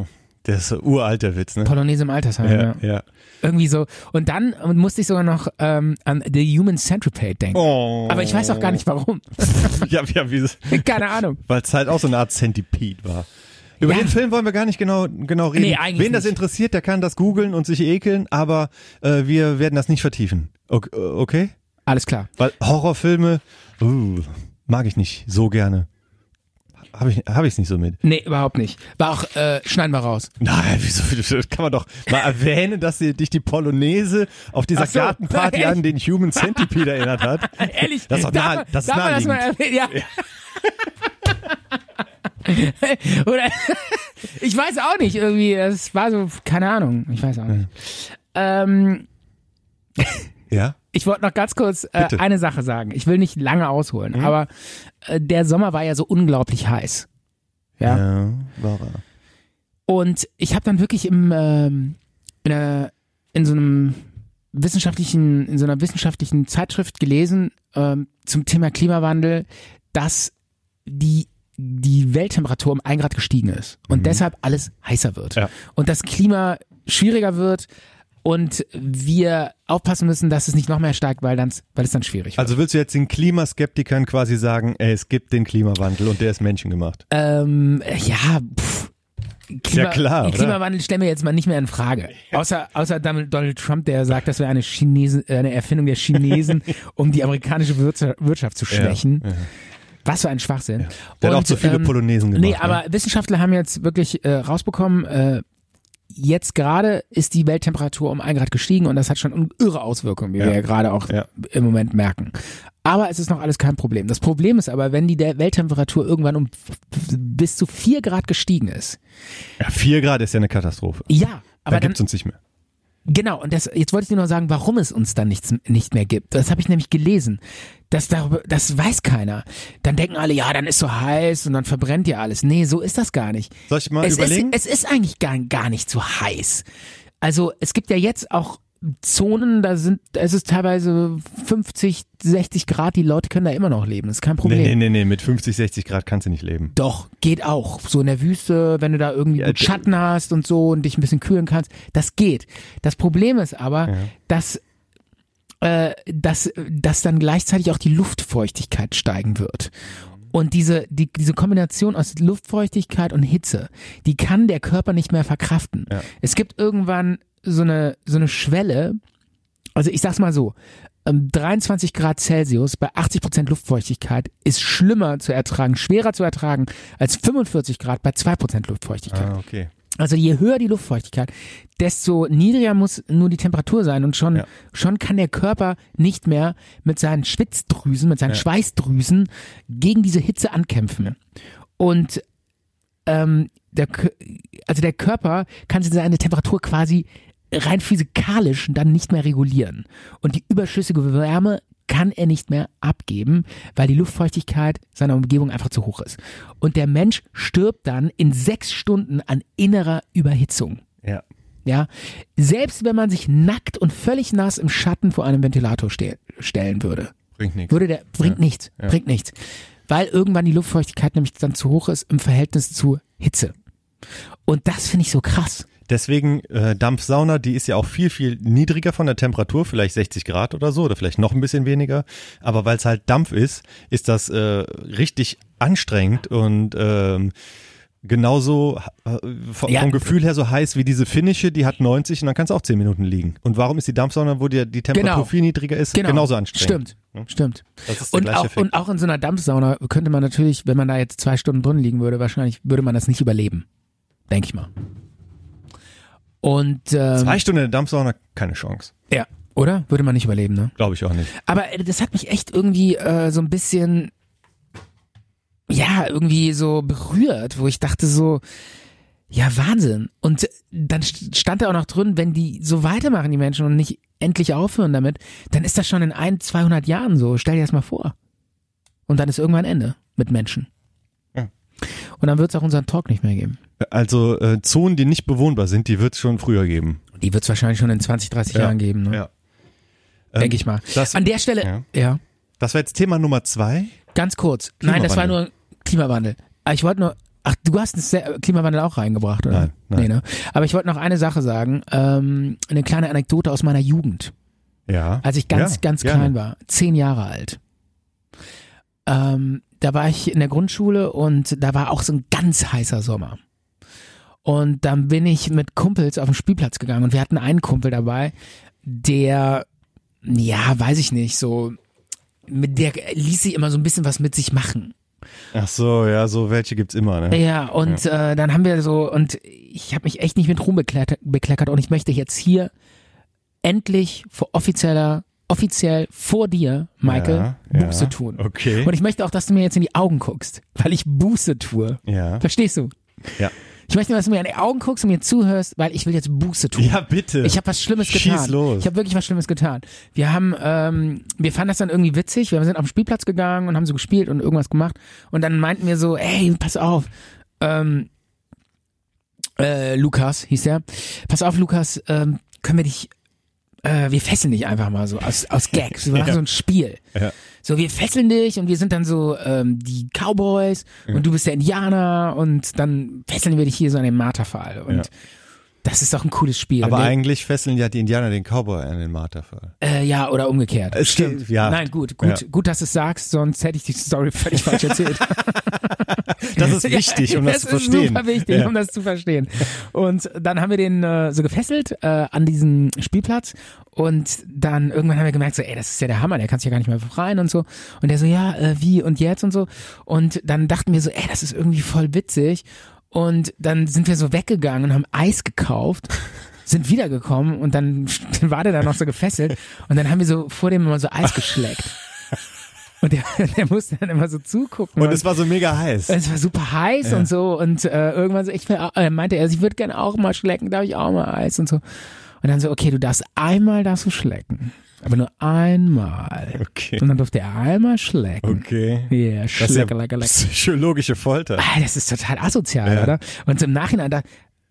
Speaker 4: Der ist so uralt, der Witz, ne?
Speaker 1: Polonaise im Altersheim, ja.
Speaker 4: Mhm. ja, ja.
Speaker 1: Irgendwie so. Und dann musste ich sogar noch ähm, an The Human Centipede denken.
Speaker 4: Oh.
Speaker 1: Aber ich weiß auch gar nicht warum. <laughs>
Speaker 4: <laughs> ja, ja, wie,
Speaker 1: Keine Ahnung.
Speaker 4: Weil es halt auch so eine Art Centipede war. Über
Speaker 1: Ja.
Speaker 4: den Film wollen wir gar nicht genau, genau reden.
Speaker 1: Nee, eigentlich
Speaker 4: Wen das
Speaker 1: nicht.
Speaker 4: interessiert, der kann das googeln und sich ekeln, aber äh, wir werden das nicht vertiefen. Okay? okay?
Speaker 1: Alles klar.
Speaker 4: Weil Horrorfilme uh, mag ich nicht so gerne. Habe ich es nicht so mit.
Speaker 1: Nee, überhaupt nicht. War auch, äh, schneiden wir raus.
Speaker 4: Nein, wieso das kann man doch mal erwähnen, dass sie dich die Polonaise auf dieser
Speaker 1: Ach so.
Speaker 4: Gartenparty
Speaker 1: Echt?
Speaker 4: an den Human Centipede erinnert hat.
Speaker 1: <laughs> Ehrlich,
Speaker 4: Das ist doch
Speaker 1: darf,
Speaker 4: nahe-
Speaker 1: man-
Speaker 4: das ist
Speaker 1: darf man das mal
Speaker 4: naheliegend.
Speaker 1: erwähnen? Ja. <laughs> Oder ich weiß auch nicht, irgendwie, das war so, keine Ahnung, ich weiß auch nicht. Ähm,
Speaker 4: Ja?
Speaker 1: ich wollte noch ganz kurz äh,
Speaker 4: Bitte. Hm?
Speaker 1: eine Sache sagen. Ich will nicht lange ausholen, aber äh, der Sommer war ja so unglaublich heiß. Ja.
Speaker 4: Ja, war er.
Speaker 1: Und ich habe dann wirklich im ähm, in, einer, in so einem wissenschaftlichen, in so einer wissenschaftlichen Zeitschrift gelesen ähm, zum Thema Klimawandel, dass die die Welttemperatur um ein Grad gestiegen ist und deshalb alles heißer wird
Speaker 4: Ja.
Speaker 1: und das Klima schwieriger wird und wir aufpassen müssen, dass es nicht noch mehr steigt, weil dann weil es dann schwierig wird.
Speaker 4: Also willst du jetzt den Klimaskeptikern quasi sagen, ey, es gibt den Klimawandel und der ist menschengemacht?
Speaker 1: Ähm, ja, pff, Klima,
Speaker 4: Ja, klar, oder?
Speaker 1: Klimawandel stellen wir jetzt mal nicht mehr in Frage. Außer, außer Donald Donald Trump, der sagt, das wäre eine, Chinesen, äh, eine Erfindung der
Speaker 4: <laughs>
Speaker 1: Chinesen, um die amerikanische Wirtschaft, Wirtschaft zu schwächen. Was für ein Schwachsinn.
Speaker 4: Der hat
Speaker 1: Und, ähm,
Speaker 4: auch zu viele Polonesen gemacht. ne?
Speaker 1: Nee, aber Wissenschaftler haben jetzt wirklich äh, rausbekommen, äh, jetzt gerade ist die Welttemperatur um ein Grad gestiegen und das hat schon irre Auswirkungen, wie wir ja gerade auch
Speaker 4: Ja.
Speaker 1: im Moment merken. Aber es ist noch alles kein Problem. Das Problem ist aber, wenn die der Welttemperatur irgendwann um f- f- bis zu vier Grad gestiegen ist.
Speaker 4: Ja, 4 Grad ist ja eine Katastrophe.
Speaker 1: Ja,
Speaker 4: Da
Speaker 1: aber dann,
Speaker 4: gibt's uns nicht mehr.
Speaker 1: Genau, und das, jetzt wollte ich dir noch sagen, warum es uns dann nichts, nicht mehr gibt. Das habe ich nämlich gelesen. Das, darüber, das weiß keiner. Dann denken alle, ja, dann ist so heiß und dann verbrennt ja alles. Nee, so ist das gar nicht.
Speaker 4: Soll ich mal
Speaker 1: es
Speaker 4: überlegen?
Speaker 1: Ist, es ist eigentlich gar, gar nicht so heiß. Also es gibt ja jetzt auch Zonen, da sind, es ist teilweise 50, 60 Grad, die Leute können da immer noch leben. Das ist kein Problem.
Speaker 4: Nee, nee, nee, nee, mit 50, 60 Grad kannst du nicht leben.
Speaker 1: Doch, geht auch. So in der Wüste, wenn du da irgendwie
Speaker 4: Ja,
Speaker 1: gut
Speaker 4: d-
Speaker 1: Schatten hast und so und dich ein bisschen kühlen kannst. Das geht. Das Problem ist aber, dass, äh, dass, dass dann gleichzeitig auch die Luftfeuchtigkeit steigen wird. Und diese, die, diese Kombination aus Luftfeuchtigkeit und Hitze, die kann der Körper nicht mehr verkraften. Es gibt irgendwann so eine, so eine Schwelle, also ich sag's mal so, ähm, 23 Grad Celsius bei 80 Prozent Luftfeuchtigkeit ist schlimmer zu ertragen, schwerer zu ertragen als 45 Grad bei 2 Prozent Luftfeuchtigkeit.
Speaker 4: Ah, okay.
Speaker 1: Also je höher die Luftfeuchtigkeit, desto niedriger muss nur die Temperatur sein und schon
Speaker 4: Ja.
Speaker 1: schon kann der Körper nicht mehr mit seinen Schwitzdrüsen, mit seinen
Speaker 4: Ja.
Speaker 1: Schweißdrüsen gegen diese Hitze ankämpfen. Und ähm, der, K- also der Körper kann seine Temperatur quasi rein physikalisch dann nicht mehr regulieren und die überschüssige Wärme kann er nicht mehr abgeben, weil die Luftfeuchtigkeit seiner Umgebung einfach zu hoch ist. Und der Mensch stirbt dann in sechs Stunden an innerer Überhitzung.
Speaker 4: Ja.
Speaker 1: Ja, selbst wenn man sich nackt und völlig nass im Schatten vor einem Ventilator ste stellen würde,
Speaker 4: Bringt nichts.
Speaker 1: würde der bringt nichts,
Speaker 4: Ja.
Speaker 1: bringt nichts, weil irgendwann die Luftfeuchtigkeit nämlich dann zu hoch ist im Verhältnis zu Hitze. Und das finde ich so krass.
Speaker 4: Deswegen äh, Dampfsauna, die ist ja auch viel, viel niedriger von der Temperatur, vielleicht 60 Grad oder so oder vielleicht noch ein bisschen weniger. Aber weil es halt Dampf ist, ist das äh, richtig anstrengend und ähm, genauso äh, vom,
Speaker 1: Ja.
Speaker 4: vom Gefühl her so heiß wie diese finnische, die hat 90 und dann kann es auch 10 Minuten liegen. Und warum ist die Dampfsauna, wo die, die Temperatur
Speaker 1: Genau.
Speaker 4: viel niedriger ist, genauso anstrengend?
Speaker 1: Stimmt, stimmt.
Speaker 4: Das ist der
Speaker 1: Und
Speaker 4: gleiche
Speaker 1: auch,
Speaker 4: Effekt.
Speaker 1: und auch in so einer Dampfsauna könnte man natürlich, wenn man da jetzt zwei Stunden drin liegen würde, wahrscheinlich würde man das nicht überleben. Denke ich mal. Und ähm,
Speaker 4: Zwei Stunden in der Dampfsauna, keine Chance.
Speaker 1: ja, oder? Würde man nicht überleben, ne?
Speaker 4: Glaube ich auch nicht.
Speaker 1: Aber äh, das hat mich echt irgendwie äh, so ein bisschen, ja, irgendwie so berührt, wo ich dachte so, ja, Wahnsinn. Und äh, dann st- stand da auch noch drin, wenn die so weitermachen, die Menschen, und nicht endlich aufhören damit, dann ist das schon in ein, 200 Jahren so. Stell dir das mal vor. Und dann ist irgendwann Ende mit Menschen.
Speaker 4: Ja.
Speaker 1: Und dann wird es auch unseren Talk nicht mehr geben.
Speaker 4: Also äh, Zonen, die nicht bewohnbar sind, die wird es schon früher geben.
Speaker 1: Und die wird es wahrscheinlich schon in 20, 30 Jahren geben, ne?
Speaker 4: Ja. Ähm,
Speaker 1: denke ich mal.
Speaker 4: das-
Speaker 1: An der Stelle,
Speaker 4: ja.
Speaker 1: ja.
Speaker 4: Das war jetzt Thema Nummer zwei.
Speaker 1: Ganz kurz. Nein, das war
Speaker 4: Klimawandel.
Speaker 1: nur Klimawandel. Aber Ich wollte nur. Ach, du hast das Se- Klimawandel auch reingebracht, oder?
Speaker 4: Nein, nein.
Speaker 1: Nee, ne? Aber ich wollte noch eine Sache sagen. Ähm, eine kleine Anekdote aus meiner Jugend.
Speaker 4: Ja.
Speaker 1: Als ich ganz,
Speaker 4: Ja,
Speaker 1: ganz
Speaker 4: gerne.
Speaker 1: klein war. Zehn Jahre alt. Ähm, da war ich in der Grundschule und da war auch so ein ganz heißer Sommer. Und dann bin ich mit Kumpels auf den Spielplatz gegangen und wir hatten einen Kumpel dabei, der, ja, weiß ich nicht, so, mit der ließ sie immer so ein bisschen was mit sich machen.
Speaker 4: Ach so, ja, so welche gibt's immer, ne?
Speaker 1: Ja, und Äh, dann haben wir so, und ich habe mich echt nicht mit Ruhm bekleckert, bekleckert und ich möchte jetzt hier endlich vor offizieller, offiziell vor dir, Michael,
Speaker 4: Ja,
Speaker 1: Buße
Speaker 4: ja,
Speaker 1: tun.
Speaker 4: okay.
Speaker 1: Und ich möchte auch, dass du mir jetzt in die Augen guckst, weil ich Buße tue.
Speaker 4: Ja.
Speaker 1: Verstehst du?
Speaker 4: Ja.
Speaker 1: Ich möchte, dass du mir in die Augen guckst und mir zuhörst, weil ich will jetzt Buße tun.
Speaker 4: Ja, bitte.
Speaker 1: Ich habe was Schlimmes
Speaker 4: Schieß
Speaker 1: getan.
Speaker 4: los.
Speaker 1: Ich habe wirklich was Schlimmes getan. Wir haben, ähm, wir fanden das dann irgendwie witzig. Wir sind auf den Spielplatz gegangen und haben so gespielt und irgendwas gemacht. Und dann meinten wir so, ey, pass auf, ähm, äh, Lukas hieß der. Pass auf, Lukas, ähm, können wir dich, äh, wir fesseln dich einfach mal so aus,
Speaker 4: <laughs>
Speaker 1: aus Gags. Wir machen so ein Spiel.
Speaker 4: Ja.
Speaker 1: So, wir fesseln dich und wir sind dann so ähm, die Cowboys und du bist der Indianer und dann fesseln wir dich hier so an den Marterpfahl. Und
Speaker 4: Ja.
Speaker 1: das ist doch ein cooles Spiel.
Speaker 4: aber
Speaker 1: und wir,
Speaker 4: eigentlich fesseln ja die Indianer den Cowboy an den Marterfall.
Speaker 1: äh, ja, oder umgekehrt.
Speaker 4: Es geht- ja.
Speaker 1: Nein, gut, gut,
Speaker 4: Ja.
Speaker 1: gut, dass du es sagst, sonst hätte ich die Story völlig
Speaker 4: <laughs>
Speaker 1: falsch erzählt. <laughs>
Speaker 4: Das ist wichtig, um das, zu
Speaker 1: ist
Speaker 4: verstehen.
Speaker 1: super wichtig,
Speaker 4: Ja.
Speaker 1: um das zu verstehen. Und dann haben wir den äh, so gefesselt äh, an diesen Spielplatz und dann irgendwann haben wir gemerkt, so, ey, das ist ja der Hammer, der kann sich ja gar nicht mehr befreien und so. Und der so, ja, äh, wie und jetzt und so. Und dann dachten wir so, ey, das ist irgendwie voll witzig. Und dann sind wir so weggegangen und haben Eis gekauft. sind wiedergekommen und dann, <laughs> dann war der da noch so gefesselt und dann haben wir so vor dem immer so Eis geschleckt.
Speaker 4: <laughs>
Speaker 1: Und der, <laughs> der musste dann immer so zugucken.
Speaker 4: Und es war so mega heiß.
Speaker 1: Es war super heiß und so und äh, irgendwann so, ich will, au- äh, meinte er, ich würde gerne auch mal schlecken, darf ich auch mal Eis und so. Und dann so, okay, du darfst einmal darfst du schlecken, aber nur einmal.
Speaker 4: Okay.
Speaker 1: Und dann durfte er einmal schlecken.
Speaker 4: Okay.
Speaker 1: Yeah,
Speaker 4: Das ist ja
Speaker 1: schlecker, lecker, lecker.
Speaker 4: psychologische Folter.
Speaker 1: Ah, das ist total asozial,
Speaker 4: Ja.
Speaker 1: oder? Und im Nachhinein da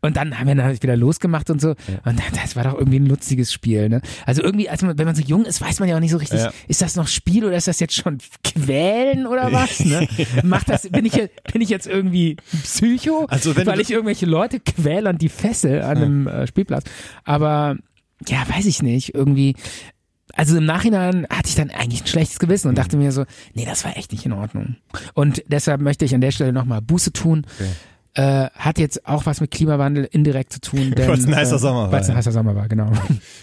Speaker 1: und dann haben wir natürlich wieder losgemacht und so. Und dann, das war doch irgendwie ein lustiges Spiel, ne? Also irgendwie, als man, wenn man so jung ist, weiß man ja auch nicht so richtig,
Speaker 4: Ja.
Speaker 1: ist das noch Spiel oder ist das jetzt schon Quälen oder was? Ne? Macht das, bin ich, jetzt- bin ich jetzt irgendwie ein Psycho?
Speaker 4: Also wenn
Speaker 1: weil
Speaker 4: du-
Speaker 1: ich irgendwelche Leute quäle und die fessel an einem äh, Spielplatz. Aber ja, weiß ich nicht. Irgendwie, also im Nachhinein hatte ich dann eigentlich ein schlechtes Gewissen
Speaker 4: Mhm.
Speaker 1: und dachte mir so, nee, das war echt nicht in Ordnung. Und deshalb möchte ich an der Stelle nochmal Buße tun. Äh, hat jetzt auch was mit Klimawandel indirekt zu
Speaker 4: <laughs>
Speaker 1: tun. denn,
Speaker 4: Weil's ein heißer
Speaker 1: äh,
Speaker 4: Sommer war,
Speaker 1: Weil es ein
Speaker 4: ja. <laughs>
Speaker 1: heißer Sommer war, genau.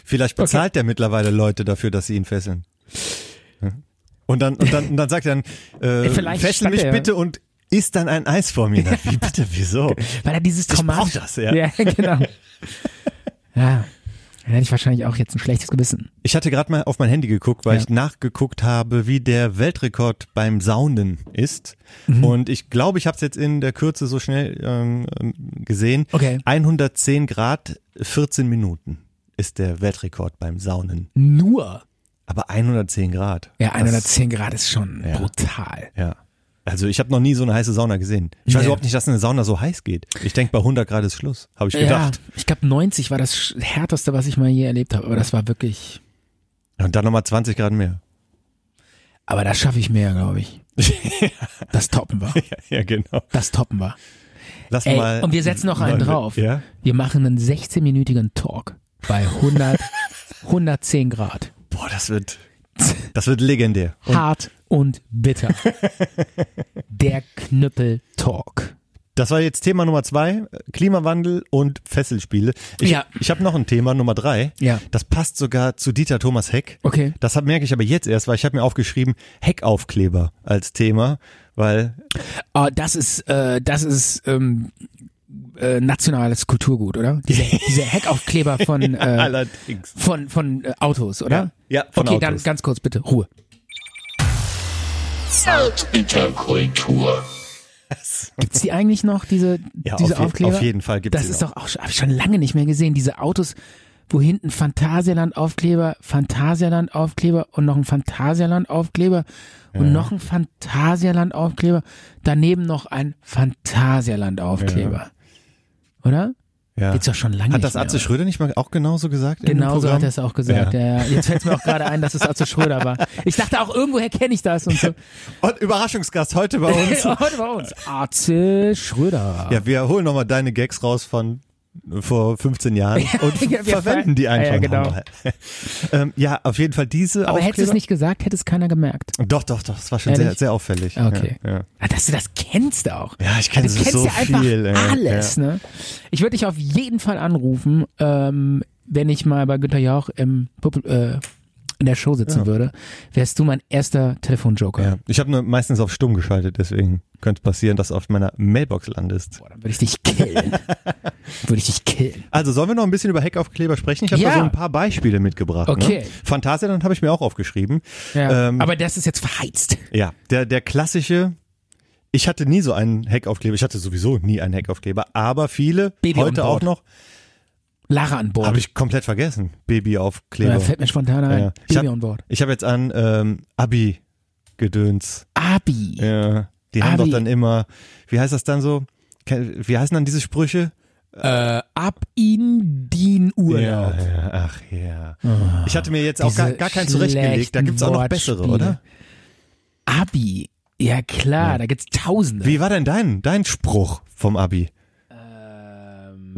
Speaker 4: Vielleicht bezahlt der mittlerweile Leute dafür, dass sie ihn fesseln. Und dann, und dann, und dann sagt er dann, äh,
Speaker 1: Vielleicht
Speaker 4: fessel
Speaker 1: stand
Speaker 4: mich
Speaker 1: er-
Speaker 4: bitte und isst dann ein Eis vor mir. Na, wie bitte,
Speaker 1: <laughs>
Speaker 4: wieso?
Speaker 1: Weil er dieses
Speaker 4: Ich brauch
Speaker 1: Traumat.
Speaker 4: das, ja.
Speaker 1: Ja, <laughs> genau. ja. Dann hätte ich wahrscheinlich auch jetzt ein schlechtes Gewissen.
Speaker 4: Ich hatte gerade mal auf mein Handy geguckt, weil
Speaker 1: Ja.
Speaker 4: ich nachgeguckt habe, wie der Weltrekord beim Saunen ist.
Speaker 1: Mhm.
Speaker 4: Und ich glaube, ich habe es jetzt in der Kürze so schnell ähm, ähm, gesehen.
Speaker 1: Okay.
Speaker 4: 110 Grad, 14 Minuten ist der Weltrekord beim Saunen.
Speaker 1: Nur.
Speaker 4: Aber 110 Grad.
Speaker 1: Mhm. Ja,
Speaker 4: Das-
Speaker 1: 110 Grad ist schon
Speaker 4: Ja.
Speaker 1: brutal.
Speaker 4: Ja. Also ich habe noch nie so eine heiße Sauna gesehen. Ich weiß
Speaker 1: Nee.
Speaker 4: überhaupt nicht, dass eine Sauna so heiß geht. Ich denke, bei 100 Grad ist Schluss, habe ich gedacht.
Speaker 1: Ja, ich glaube 90 war das sch- härteste, was ich mal je erlebt habe. Aber das war wirklich.
Speaker 4: Und dann nochmal 20 Grad mehr.
Speaker 1: Aber das schaffe ich mehr, glaube <laughs> ich. Das toppen wir.
Speaker 4: Ja, ja genau.
Speaker 1: Das toppen wir.
Speaker 4: Lass
Speaker 1: Ey,
Speaker 4: mal.
Speaker 1: und wir setzen noch einen
Speaker 4: mal-
Speaker 1: drauf.
Speaker 4: Ja?
Speaker 1: Wir machen einen 16-minütigen Talk bei
Speaker 4: <laughs>
Speaker 1: 100, 110 Grad.
Speaker 4: Boah, das wird, das wird legendär.
Speaker 1: Hart und
Speaker 4: <laughs>
Speaker 1: bitter. Der Knüppel-Talk.
Speaker 4: Das war jetzt Thema Nummer zwei, Klimawandel und Fesselspiele. Ich,
Speaker 1: Ja.
Speaker 4: ich habe noch ein Thema, Nummer drei.
Speaker 1: Ja.
Speaker 4: Das passt sogar zu Dieter Thomas Heck.
Speaker 1: Okay.
Speaker 4: Das hab, merke ich aber jetzt erst, weil ich habe mir aufgeschrieben, Heckaufkleber als Thema, weil
Speaker 1: Ah, das ist, äh, das ist ähm, äh, nationales Kulturgut, oder?
Speaker 4: <laughs>
Speaker 1: Diese, diese Heckaufkleber von, äh,
Speaker 4: allerdings.
Speaker 1: von, von äh, Autos, oder?
Speaker 4: Ja, ja, von
Speaker 1: Okay, dann
Speaker 4: Autos.
Speaker 1: ganz kurz bitte, Ruhe.
Speaker 3: Interkultur.
Speaker 1: Gibt's die eigentlich noch, diese,
Speaker 4: Ja,
Speaker 1: diese
Speaker 4: auf je-
Speaker 1: Aufkleber?
Speaker 4: auf jeden Fall gibt's
Speaker 1: Das
Speaker 4: die
Speaker 1: ist
Speaker 4: noch.
Speaker 1: doch auch schon, hab ich schon lange nicht mehr gesehen. Diese Autos, wo hinten Phantasialand-Aufkleber, Phantasialand-Aufkleber und noch ein Phantasialand-Aufkleber und noch ein Phantasialand-Aufkleber. Daneben noch ein Phantasialand-Aufkleber. Oder?
Speaker 4: Ja.
Speaker 1: Geht's doch schon lange
Speaker 4: Hat
Speaker 1: nicht
Speaker 4: das
Speaker 1: mehr,
Speaker 4: Atze
Speaker 1: oder?
Speaker 4: Schröder nicht mal auch genauso gesagt? in dem
Speaker 1: Genauso
Speaker 4: Programm?
Speaker 1: hat er es auch gesagt.
Speaker 4: Ja.
Speaker 1: Ja. Ja, Jetzt fällt mir auch gerade ein, dass es Atze Schröder war. Ich dachte auch, irgendwoher kenne ich das und so.
Speaker 4: Und Überraschungsgast heute
Speaker 1: <laughs>
Speaker 4: <laughs> bei uns.
Speaker 1: Heute bei uns. Atze Schröder.
Speaker 4: ja, wir holen nochmal deine Gags raus von vor 15 Jahren und
Speaker 1: <laughs> Ja, wir
Speaker 4: verwenden die
Speaker 1: ver-
Speaker 4: einfach
Speaker 1: Ja, ja, genau.
Speaker 4: nochmal. <laughs> ähm, ja, auf jeden Fall diese
Speaker 1: Aber hättest du
Speaker 4: Aufkleber.
Speaker 1: es nicht gesagt, hätte es keiner gemerkt.
Speaker 4: Doch, doch, doch. Das war schon sehr,
Speaker 1: Ehrlich?
Speaker 4: sehr auffällig.
Speaker 1: Ah, Okay.
Speaker 4: Ja, ja.
Speaker 1: Ah, dass du das kennst auch.
Speaker 4: Ja, ich kenne
Speaker 1: du
Speaker 4: so-
Speaker 1: kennst
Speaker 4: so
Speaker 1: ja einfach
Speaker 4: viel, äh, ey.
Speaker 1: alles. Ne? Ich würde dich auf jeden Fall anrufen, ähm, wenn ich mal bei Günter Jauch im Popul äh, in der Show sitzen würde. Wärst du mein erster Telefonjoker.
Speaker 4: Ja. Ich habe nur meistens auf stumm geschaltet, deswegen könnte es passieren, dass du auf meiner Mailbox landest.
Speaker 1: Boah, dann würde ich dich
Speaker 4: <laughs>
Speaker 1: killen. würde ich dich killen.
Speaker 4: Also sollen wir noch ein bisschen über Heckaufkleber sprechen? Ich habe
Speaker 1: Ja.
Speaker 4: da so ein paar Beispiele mitgebracht.
Speaker 1: Okay.
Speaker 4: Ne? Phantasialand habe ich mir auch aufgeschrieben.
Speaker 1: Ja.
Speaker 4: Ähm,
Speaker 1: Aber das ist jetzt verheizt.
Speaker 4: Ja, der, der klassische, ich hatte nie so einen Heckaufkleber, ich hatte sowieso nie einen Heckaufkleber, aber viele,
Speaker 1: Baby
Speaker 4: heute
Speaker 1: on
Speaker 4: auch
Speaker 1: board.
Speaker 4: noch,
Speaker 1: Lara an Bord.
Speaker 4: habe ich komplett vergessen, Babyaufkleber.
Speaker 1: Ja, fällt mir spontan ein.
Speaker 4: Ja. Ich
Speaker 1: Baby
Speaker 4: hab-
Speaker 1: on board.
Speaker 4: Ich habe jetzt an ähm, Abi-Gedöns,
Speaker 1: Abi.
Speaker 4: ja, die haben
Speaker 1: Abi.
Speaker 4: doch dann immer, wie heißt das dann so, Ke- wie heißen dann diese Sprüche?
Speaker 1: Äh, ab in den Urlaub. Ah,
Speaker 4: Ja, ja, ach ja. Ich hatte mir jetzt auch
Speaker 1: Diese
Speaker 4: gar, gar keinen zurechtgelegt, da gibt's auch noch
Speaker 1: schlechten
Speaker 4: bessere,
Speaker 1: Wortspiele.
Speaker 4: oder?
Speaker 1: Abi. Ja klar, da gibt's tausende.
Speaker 4: Wie war denn dein, dein Spruch vom Abi?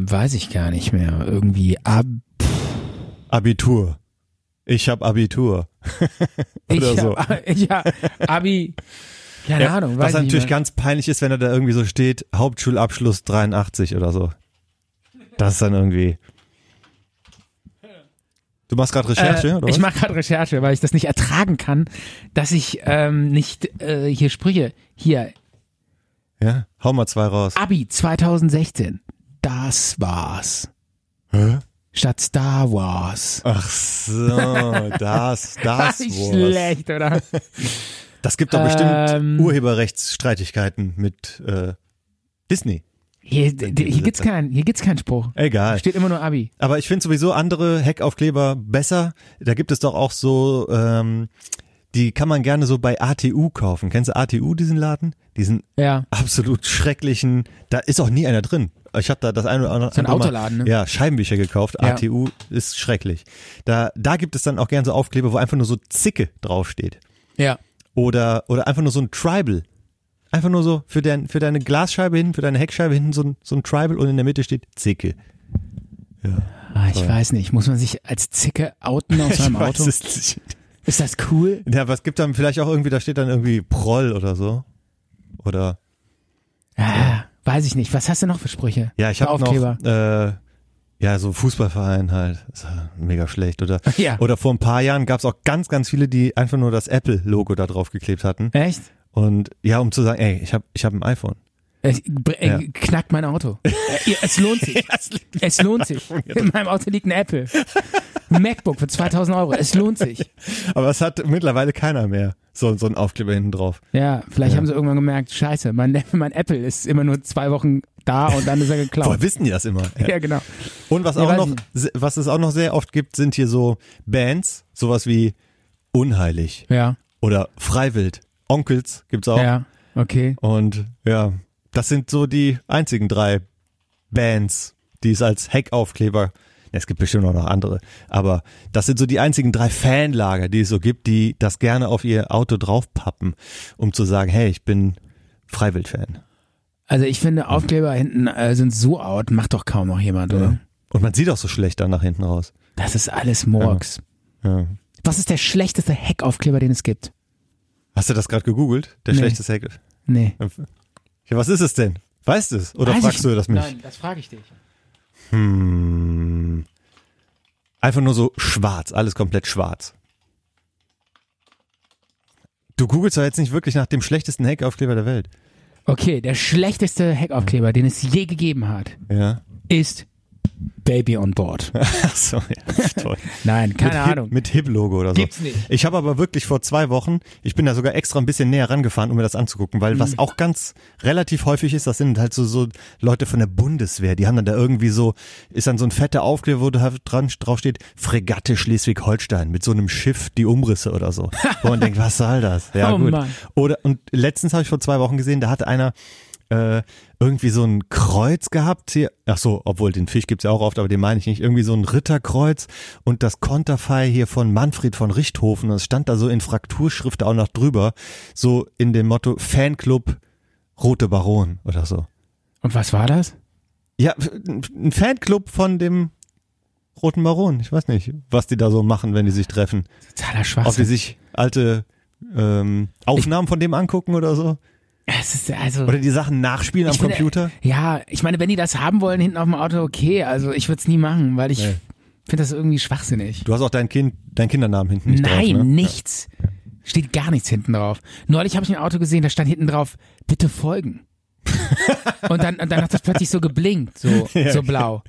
Speaker 1: Weiß ich gar nicht mehr. Irgendwie ab.
Speaker 4: Abitur. Ich habe Abitur. Oder
Speaker 1: ich
Speaker 4: so.
Speaker 1: Hab, <laughs> ja, Abi. Keine
Speaker 4: Ja,
Speaker 1: Ahnung.
Speaker 4: was
Speaker 1: weiß ich
Speaker 4: natürlich
Speaker 1: nicht mehr.
Speaker 4: ganz peinlich ist, wenn er da irgendwie so steht, Hauptschulabschluss 83 oder so. Das ist dann irgendwie.
Speaker 1: <laughs>
Speaker 4: Du machst gerade Recherche,
Speaker 1: äh,
Speaker 4: oder?
Speaker 1: ich
Speaker 4: was?
Speaker 1: mache gerade Recherche, weil ich das nicht ertragen kann, dass ich ähm, nicht äh, hier sprüche. Hier,
Speaker 4: ja, hau mal zwei raus.
Speaker 1: Abi 2016. Das war's.
Speaker 4: Hä?
Speaker 1: Statt Star Wars.
Speaker 4: Ach so,
Speaker 1: <laughs>
Speaker 4: das, das
Speaker 1: Wie
Speaker 4: wohl.
Speaker 1: schlecht, oder?
Speaker 4: Das gibt doch bestimmt
Speaker 1: Ähm.
Speaker 4: Urheberrechtsstreitigkeiten mit äh, Disney.
Speaker 1: Hier, hier gibt's keinen, hier gibt's keinen Spruch.
Speaker 4: Egal.
Speaker 1: Steht immer nur Abi.
Speaker 4: Aber ich finde sowieso andere Heckaufkleber besser. Da gibt es doch auch so, ähm, die kann man gerne so bei ATU kaufen. Kennst du ATU, diesen Laden? Diesen
Speaker 1: Ja.
Speaker 4: absolut schrecklichen, da ist auch nie einer drin. Ich habe da das eine oder andere
Speaker 1: So ein
Speaker 4: andere
Speaker 1: Autoladen,
Speaker 4: Mal,
Speaker 1: ne?
Speaker 4: Ja, Scheibenwischer gekauft.
Speaker 1: Ja.
Speaker 4: ATU ist schrecklich. Da, da gibt es dann auch gerne so Aufkleber, wo einfach nur so Zicke draufsteht.
Speaker 1: Ja.
Speaker 4: Oder, oder einfach nur so ein Tribal. Einfach nur so für, dein, für deine Glasscheibe hinten, für deine Heckscheibe hinten so ein, so ein Tribal und in der Mitte steht Zicke.
Speaker 1: Ah, ich weiß nicht. Muss man sich als Zicke outen aus seinem
Speaker 4: <laughs> ich weiß
Speaker 1: Auto?
Speaker 4: es nicht.
Speaker 1: Ist das cool?
Speaker 4: Ja, was gibt dann vielleicht auch irgendwie, da steht dann irgendwie Proll oder so. Oder,
Speaker 1: Ah, weiß ich nicht. Was hast du noch für Sprüche?
Speaker 4: ja, ich habe noch,
Speaker 1: Aufkleber.
Speaker 4: äh, Ja, so Fußballverein halt. Ist ja mega schlecht. Oder,
Speaker 1: <laughs> Ja.
Speaker 4: oder vor ein paar Jahren gab es auch ganz, ganz viele, die einfach nur das Apple-Logo da drauf geklebt hatten.
Speaker 1: Echt?
Speaker 4: Und ja, um zu sagen, ey, ich habe ich hab ein iPhone.
Speaker 1: Es br- äh,
Speaker 4: Ja.
Speaker 1: knackt mein Auto. Äh, es lohnt sich. es lohnt sich. In meinem Auto liegt ein Apple. Ein MacBook für 2000 Euro. Es lohnt sich.
Speaker 4: Aber es hat mittlerweile keiner mehr so, so einen Aufkleber hinten drauf.
Speaker 1: Ja, vielleicht haben sie irgendwann gemerkt, scheiße, mein, <laughs> mein Apple ist immer nur zwei Wochen da und dann ist er
Speaker 4: Woher
Speaker 1: geklaut.
Speaker 4: wissen die das immer? Ja.
Speaker 1: Genau. ja, genau.
Speaker 4: Und was
Speaker 1: Ja,
Speaker 4: auch
Speaker 1: weiß
Speaker 4: noch,
Speaker 1: ich
Speaker 4: se- was es auch noch sehr oft gibt, sind hier so Bands, sowas wie Unheilig
Speaker 1: Ja,
Speaker 4: oder Freiwild. Onkels gibt's auch.
Speaker 1: ja, okay.
Speaker 4: Und ja, das sind so die einzigen drei Bands, die es als Heckaufkleber. Es gibt bestimmt auch noch andere, aber das sind so die einzigen drei Fanlager, die es so gibt, die das gerne auf ihr Auto draufpappen, um zu sagen, hey, ich bin Freiwild-Fan.
Speaker 1: Also ich finde, Aufkleber hinten äh, sind so out, macht doch kaum noch jemand, oder?
Speaker 4: Und man sieht auch so schlecht dann nach hinten raus.
Speaker 1: Das ist alles Murks.
Speaker 4: Ja.
Speaker 1: Was ist der schlechteste Heckaufkleber, den es gibt?
Speaker 4: Hast du das gerade gegoogelt? Der
Speaker 1: Nee.
Speaker 4: schlechteste Heck.
Speaker 1: Nee.
Speaker 4: Ja, was ist es denn? Weißt du es? Oder
Speaker 1: Weiß
Speaker 4: fragst
Speaker 1: ich-
Speaker 4: du das mich?
Speaker 1: Nein, das frage ich dich.
Speaker 4: Hm. Einfach nur so schwarz, alles komplett schwarz. Du googelst doch jetzt nicht wirklich nach dem schlechtesten Heckaufkleber der Welt.
Speaker 1: Okay, der schlechteste Heckaufkleber, den es je gegeben hat,
Speaker 4: Ja.
Speaker 1: ist Baby on
Speaker 4: <laughs>
Speaker 1: Board.
Speaker 4: Ach so, ja. Toll.
Speaker 1: <laughs> Nein,
Speaker 4: mit
Speaker 1: keine Ahnung.
Speaker 4: Hip, mit Hip-Logo oder so.
Speaker 1: Gibt's nicht.
Speaker 4: Ich habe aber wirklich vor zwei Wochen, ich bin da sogar extra ein bisschen näher rangefahren, um mir das anzugucken, weil
Speaker 1: Mhm.
Speaker 4: was auch ganz relativ häufig ist, das sind halt so, so Leute von der Bundeswehr, die haben dann da irgendwie so, ist dann so ein fetter Aufkleber, wo da dran drauf steht, Fregatte Schleswig-Holstein mit so einem Schiff, die Umrisse
Speaker 1: <laughs>
Speaker 4: oder so. Wo man denkt, was soll das? Ja,
Speaker 1: Oh
Speaker 4: gut.
Speaker 1: Mann.
Speaker 4: Oder, und letztens habe ich vor zwei Wochen gesehen, da hatte einer, äh, irgendwie so ein Kreuz gehabt hier. Ach so, obwohl den Fisch gibt's ja auch oft, aber den meine ich nicht. Irgendwie so ein Ritterkreuz und das Konterfei hier von Manfred von Richthofen. Das stand da so in Frakturschrift auch noch drüber. So in dem Motto Fanclub Rote Baron oder so.
Speaker 1: Und was war das?
Speaker 4: Ja, ein Fanclub von dem Roten Baron. Ich weiß nicht, was die da so machen, wenn die sich treffen.
Speaker 1: Totaler
Speaker 4: Ob die
Speaker 1: Schwachsinn.
Speaker 4: sich alte ähm, Aufnahmen von dem angucken oder so.
Speaker 1: Es ist also.
Speaker 4: Oder die Sachen nachspielen am
Speaker 1: Ich finde-
Speaker 4: Computer.
Speaker 1: Ja, ich meine, wenn die das haben wollen hinten auf dem Auto, okay. Also ich würde es nie machen, weil ich
Speaker 4: Nee.
Speaker 1: finde das irgendwie schwachsinnig.
Speaker 4: Du hast auch deinen Kind, deinen Kindernamen hinten nicht
Speaker 1: Nein,
Speaker 4: drauf, ne?
Speaker 1: nichts. Steht gar nichts hinten drauf. Neulich habe ich ein Auto gesehen, da stand hinten drauf, bitte
Speaker 4: <laughs>
Speaker 1: folgen. und, dann, und dann hat das plötzlich so geblinkt, so, so blau.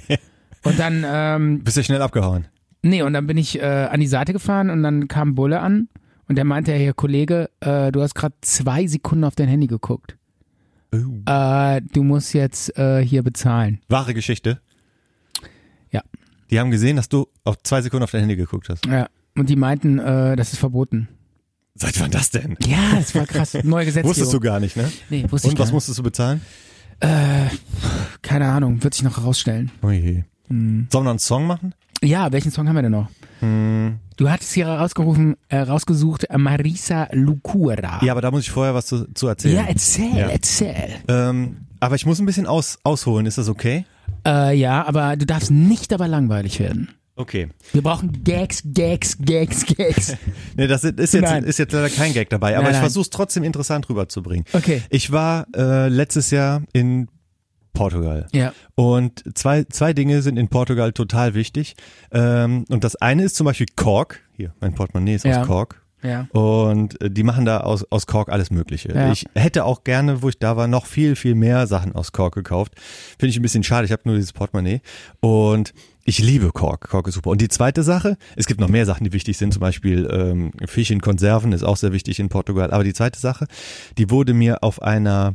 Speaker 1: Und dann, ähm,
Speaker 4: Bist du schnell abgehauen?
Speaker 1: nee, und dann bin ich äh, an die Seite gefahren und dann kam Bulle an und der meinte, hier Kollege, äh, du hast gerade zwei Sekunden auf dein Handy geguckt.
Speaker 4: Oh.
Speaker 1: Äh, du musst jetzt äh, hier bezahlen.
Speaker 4: Wahre Geschichte.
Speaker 1: Ja.
Speaker 4: Die haben gesehen, dass du auf zwei Sekunden auf dein Handy geguckt hast.
Speaker 1: Ja. Und die meinten, äh, das ist verboten.
Speaker 4: Seit wann das denn?
Speaker 1: Ja, <laughs> das war krass. Neue Gesetzgebung.
Speaker 4: <laughs> Wusstest du gar nicht, ne?
Speaker 1: Nee, wusste ich
Speaker 4: Und
Speaker 1: gar
Speaker 4: was
Speaker 1: nicht.
Speaker 4: musstest du bezahlen?
Speaker 1: Keine Ahnung, wird sich noch herausstellen.
Speaker 4: Oh je.
Speaker 1: Hm.
Speaker 4: Sollen wir noch einen Song machen?
Speaker 1: Ja, welchen Song haben wir denn noch?
Speaker 4: Hm.
Speaker 1: Du hattest hier rausgerufen, äh, rausgesucht äh, Marisa Lucura.
Speaker 4: Ja, aber da muss ich vorher was zu, zu erzählen.
Speaker 1: ja erzähl,
Speaker 4: Ja.
Speaker 1: erzähl.
Speaker 4: Ähm, aber ich muss ein bisschen aus, ausholen, ist das okay?
Speaker 1: Äh, ja, aber du darfst nicht dabei langweilig werden.
Speaker 4: Okay.
Speaker 1: Wir brauchen Gags, Gags, Gags, Gags.
Speaker 4: Nee, das ist ist jetzt,
Speaker 1: Nein.
Speaker 4: ist jetzt leider kein Gag dabei, aber
Speaker 1: Nein,
Speaker 4: ich
Speaker 1: nein.
Speaker 4: versuche es trotzdem interessant rüberzubringen.
Speaker 1: Okay.
Speaker 4: Ich war äh, letztes Jahr in Portugal.
Speaker 1: <laughs> Ja.
Speaker 4: Und zwei, zwei Dinge sind in Portugal total wichtig. Ähm, und das eine ist zum Beispiel Kork. Hier, mein Portemonnaie ist
Speaker 1: Ja.
Speaker 4: aus Kork.
Speaker 1: Ja.
Speaker 4: Und äh, die machen da aus, aus Kork alles Mögliche.
Speaker 1: Ja.
Speaker 4: Ich hätte auch gerne, wo ich da war, noch viel, viel mehr Sachen aus Kork gekauft. Finde ich ein bisschen schade. Ich habe nur dieses Portemonnaie. Und ich liebe Kork. Kork ist super. Und die zweite Sache, es gibt noch mehr Sachen, die wichtig sind. Zum Beispiel ähm, Fisch in Konserven ist auch sehr wichtig in Portugal. Aber die zweite Sache, die wurde mir auf einer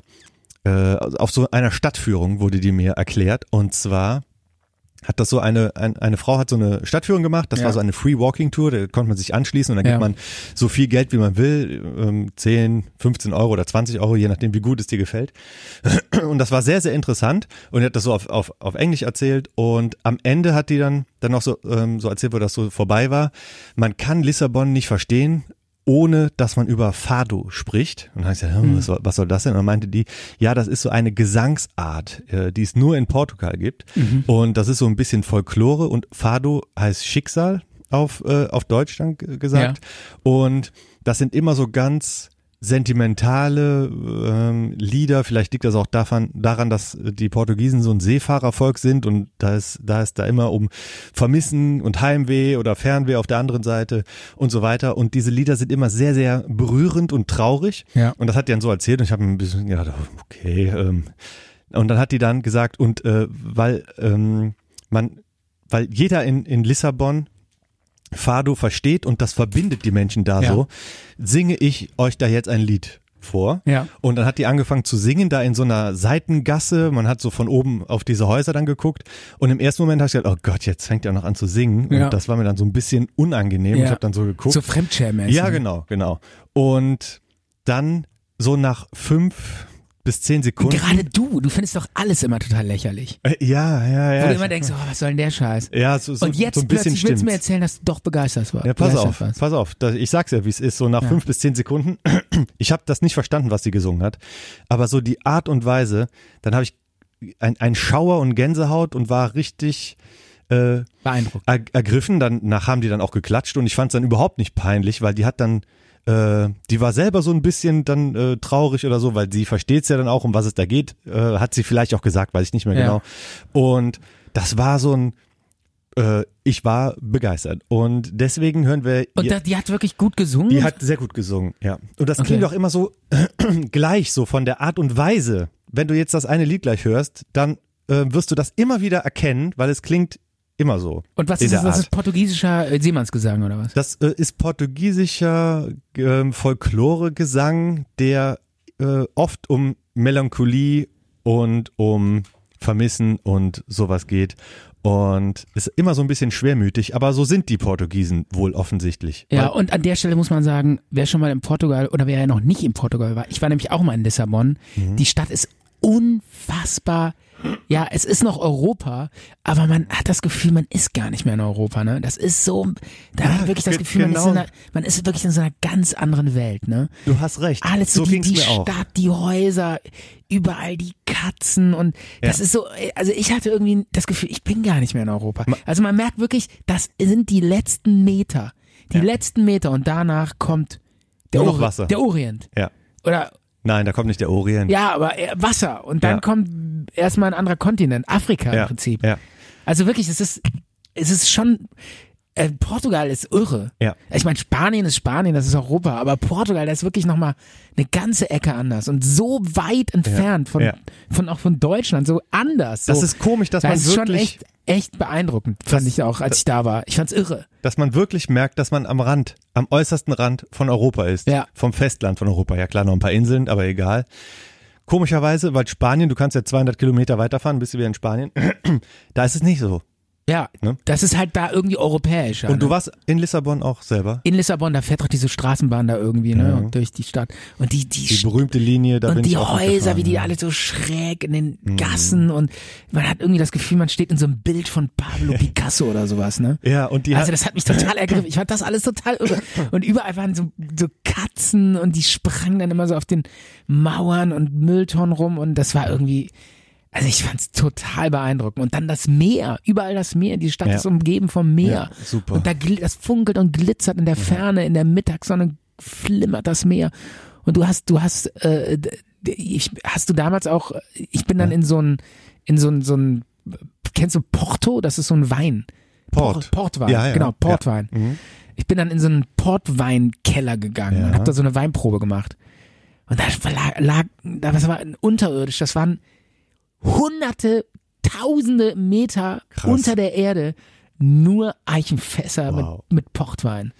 Speaker 4: äh, auf so einer Stadtführung wurde die mir erklärt. Und zwar hat das so eine, ein, eine Frau hat so eine Stadtführung gemacht, das
Speaker 1: Ja.
Speaker 4: war so eine Free Walking Tour, da konnte man sich anschließen und da
Speaker 1: Ja.
Speaker 4: gibt man so viel Geld, wie man will, ähm, 10, 15 Euro oder 20 Euro, je nachdem, wie gut es dir gefällt. Und das war sehr, sehr interessant und die hat das so auf, auf, auf Englisch erzählt und am Ende hat die dann, dann noch so, ähm, so erzählt, wo das so vorbei war, man kann Lissabon nicht verstehen, ohne dass man über Fado spricht. Und dann habe ich gesagt, hm, was, soll, was soll das denn? Und dann meinte die, ja, das ist so eine Gesangsart, äh, die es nur in Portugal gibt. Und das ist so ein bisschen Folklore und Fado heißt Schicksal auf, äh, auf Deutsch dann g- gesagt. Und das sind immer so ganz sentimentale ähm, Lieder. Vielleicht liegt das auch davon, daran, dass die Portugiesen so ein Seefahrervolk sind und da ist da, ist da immer um Vermissen und Heimweh oder Fernweh auf der anderen Seite und so weiter. Und diese Lieder sind immer sehr, sehr berührend und traurig.
Speaker 1: Ja.
Speaker 4: Und das hat die dann so erzählt und ich habe ein bisschen gedacht, okay. Ähm, und dann hat die dann gesagt, und äh, weil ähm, man, weil jeder in, in Lissabon Fado versteht und das verbindet die Menschen da
Speaker 1: Ja.
Speaker 4: so, singe ich euch da jetzt ein Lied vor.
Speaker 1: Ja.
Speaker 4: Und dann hat die angefangen zu singen, da in so einer Seitengasse. Man hat so von oben auf diese Häuser dann geguckt. Und im ersten Moment habe ich gedacht, oh Gott, jetzt fängt er noch an zu singen.
Speaker 1: Ja.
Speaker 4: Und das war mir dann so ein bisschen unangenehm.
Speaker 1: Ja.
Speaker 4: Ich habe dann so geguckt.
Speaker 1: So Fremdschämen.
Speaker 4: Ja, genau, genau. Und dann so nach fünf bis zehn Sekunden.
Speaker 1: Gerade du, du findest doch alles immer total lächerlich.
Speaker 4: Äh, ja, ja, ja.
Speaker 1: Wo du
Speaker 4: Ich-
Speaker 1: immer denkst, oh, was soll denn der Scheiß?
Speaker 4: ja, so, so,
Speaker 1: Und jetzt
Speaker 4: so ein bisschen
Speaker 1: plötzlich willst du mir
Speaker 4: stimmt's.
Speaker 1: erzählen, dass du doch begeistert warst.
Speaker 4: Ja, pass
Speaker 1: begeistert
Speaker 4: auf,
Speaker 1: warst.
Speaker 4: pass auf. Da- Ich sag's ja, wie es ist. So nach
Speaker 1: Ja.
Speaker 4: fünf bis zehn Sekunden. <clears throat> Ich habe das nicht verstanden, was sie gesungen hat. Aber so die Art und Weise, dann habe ich ein, ein Schauer und Gänsehaut und war richtig äh,
Speaker 1: Beeindruckt.
Speaker 4: er, ergriffen. Danach haben die dann auch geklatscht und ich fand's dann überhaupt nicht peinlich, weil die hat dann, äh, die war selber so ein bisschen dann äh, traurig oder so, weil sie versteht's ja dann auch, um was es da geht. Äh, hat sie vielleicht auch gesagt, weiß ich nicht mehr
Speaker 1: Ja.
Speaker 4: genau. Und das war so ein äh, ich war begeistert und deswegen hören wir
Speaker 1: Und
Speaker 4: je-
Speaker 1: da, die hat wirklich gut gesungen.
Speaker 4: die hat sehr gut gesungen, ja. Und das
Speaker 1: Okay.
Speaker 4: klingt auch immer so <clears throat> gleich, so von der Art und Weise. Wenn du jetzt das eine Lied gleich hörst, dann äh, wirst du das immer wieder erkennen, weil es klingt immer so.
Speaker 1: Und was
Speaker 4: in
Speaker 1: ist
Speaker 4: der
Speaker 1: das? Das
Speaker 4: Art.
Speaker 1: ist portugiesischer äh, Seemannsgesang oder was?
Speaker 4: Das äh, ist portugiesischer ähm, Folklore-Gesang, der äh, oft um Melancholie und um Vermissen und sowas geht. Und ist immer so ein bisschen schwermütig, aber so sind die Portugiesen wohl offensichtlich.
Speaker 1: Ja, und an der Stelle muss man sagen, wer schon mal in Portugal oder wer ja noch nicht in Portugal war, ich war nämlich auch mal in Lissabon, die Stadt ist unfassbar, ja, es ist noch Europa, aber man hat das Gefühl, man ist gar nicht mehr in Europa, ne? Das ist so, da hat man wirklich das
Speaker 4: ge-
Speaker 1: Gefühl, man, ist in
Speaker 4: genau.
Speaker 1: einer, man ist wirklich in so einer ganz anderen Welt, ne?
Speaker 4: Du hast recht.
Speaker 1: Alles so,
Speaker 4: so
Speaker 1: die,
Speaker 4: ging's
Speaker 1: die
Speaker 4: mir auch.
Speaker 1: Stadt, die Häuser, überall die Katzen und das
Speaker 4: Ja.
Speaker 1: ist so, also ich hatte irgendwie das Gefühl, ich bin gar nicht mehr in Europa. Also man merkt wirklich, das sind die letzten Meter. Die letzten Meter und danach kommt der,
Speaker 4: Nur noch
Speaker 1: Ori
Speaker 4: Wasser.
Speaker 1: der Orient.
Speaker 4: Ja.
Speaker 1: Oder
Speaker 4: Nein, da kommt nicht der Orient.
Speaker 1: ja, aber äh, Wasser und dann
Speaker 4: Ja.
Speaker 1: kommt erstmal ein anderer Kontinent, Afrika im Prinzip.
Speaker 4: Ja.
Speaker 1: Also wirklich, es ist, es ist schon. Äh, Portugal ist irre.
Speaker 4: Ja.
Speaker 1: Ich meine, Spanien ist Spanien, das ist Europa, aber Portugal, das ist wirklich nochmal eine ganze Ecke anders und so weit entfernt von,
Speaker 4: Ja.
Speaker 1: von auch von Deutschland, so anders. So.
Speaker 4: Das ist komisch, dass
Speaker 1: das
Speaker 4: man
Speaker 1: ist schon
Speaker 4: wirklich-
Speaker 1: echt, echt beeindruckend, fand ich auch, als ich da war. Ich fand's irre.
Speaker 4: Dass man wirklich merkt, dass man am Rand, am äußersten Rand von Europa ist.
Speaker 1: Ja.
Speaker 4: Vom Festland von Europa. Ja klar, noch ein paar Inseln, aber egal. Komischerweise, weil Spanien, du kannst ja 200 Kilometer weiterfahren, bist du wieder in Spanien. <clears throat> Da ist es nicht so.
Speaker 1: Ja,
Speaker 4: Ne?
Speaker 1: das ist halt da irgendwie europäischer.
Speaker 4: Und du
Speaker 1: ne?
Speaker 4: warst in Lissabon auch selber.
Speaker 1: in Lissabon, da fährt doch diese Straßenbahn da irgendwie, ne, und durch die Stadt. Und die, die,
Speaker 4: Die
Speaker 1: St-
Speaker 4: berühmte Linie, da bin
Speaker 1: und die
Speaker 4: ich auch
Speaker 1: Häuser,
Speaker 4: mitgefahren,
Speaker 1: wie die
Speaker 4: ja. Mhm.
Speaker 1: alle so schräg in den Gassen und man hat irgendwie das Gefühl, man steht in so einem Bild von Pablo Picasso oder sowas, ne?
Speaker 4: Ja, und die
Speaker 1: also
Speaker 4: hat-
Speaker 1: das hat mich total ergriffen. Ich fand das alles total irre. Und überall waren so, so Katzen und die sprangen dann immer so auf den Mauern und Mülltonnen rum und das war irgendwie, also ich fand's total beeindruckend. Und dann das Meer, überall das Meer, die Stadt
Speaker 4: Ja.
Speaker 1: ist umgeben vom Meer.
Speaker 4: Ja, super.
Speaker 1: Und da gl- das funkelt und glitzert in der Ferne, in der Mittagssonne flimmert das Meer. Und du hast, du hast, äh, d- d- ich, hast du damals auch, ich bin dann in so ein, in so ein, so ein, kennst du Porto? Das ist so ein Wein.
Speaker 4: Port.
Speaker 1: Portwein,
Speaker 4: Ja, ja,
Speaker 1: genau,
Speaker 4: ja. Mhm.
Speaker 1: Portwein. Ich bin dann in so einen Portweinkeller gegangen und
Speaker 4: Ja.
Speaker 1: habe da so eine Weinprobe gemacht. Und da lag, lag das war unterirdisch, das waren hunderte, tausende Meter
Speaker 4: Krass.
Speaker 1: unter der Erde nur Eichenfässer
Speaker 4: Wow.
Speaker 1: mit, mit Portwein.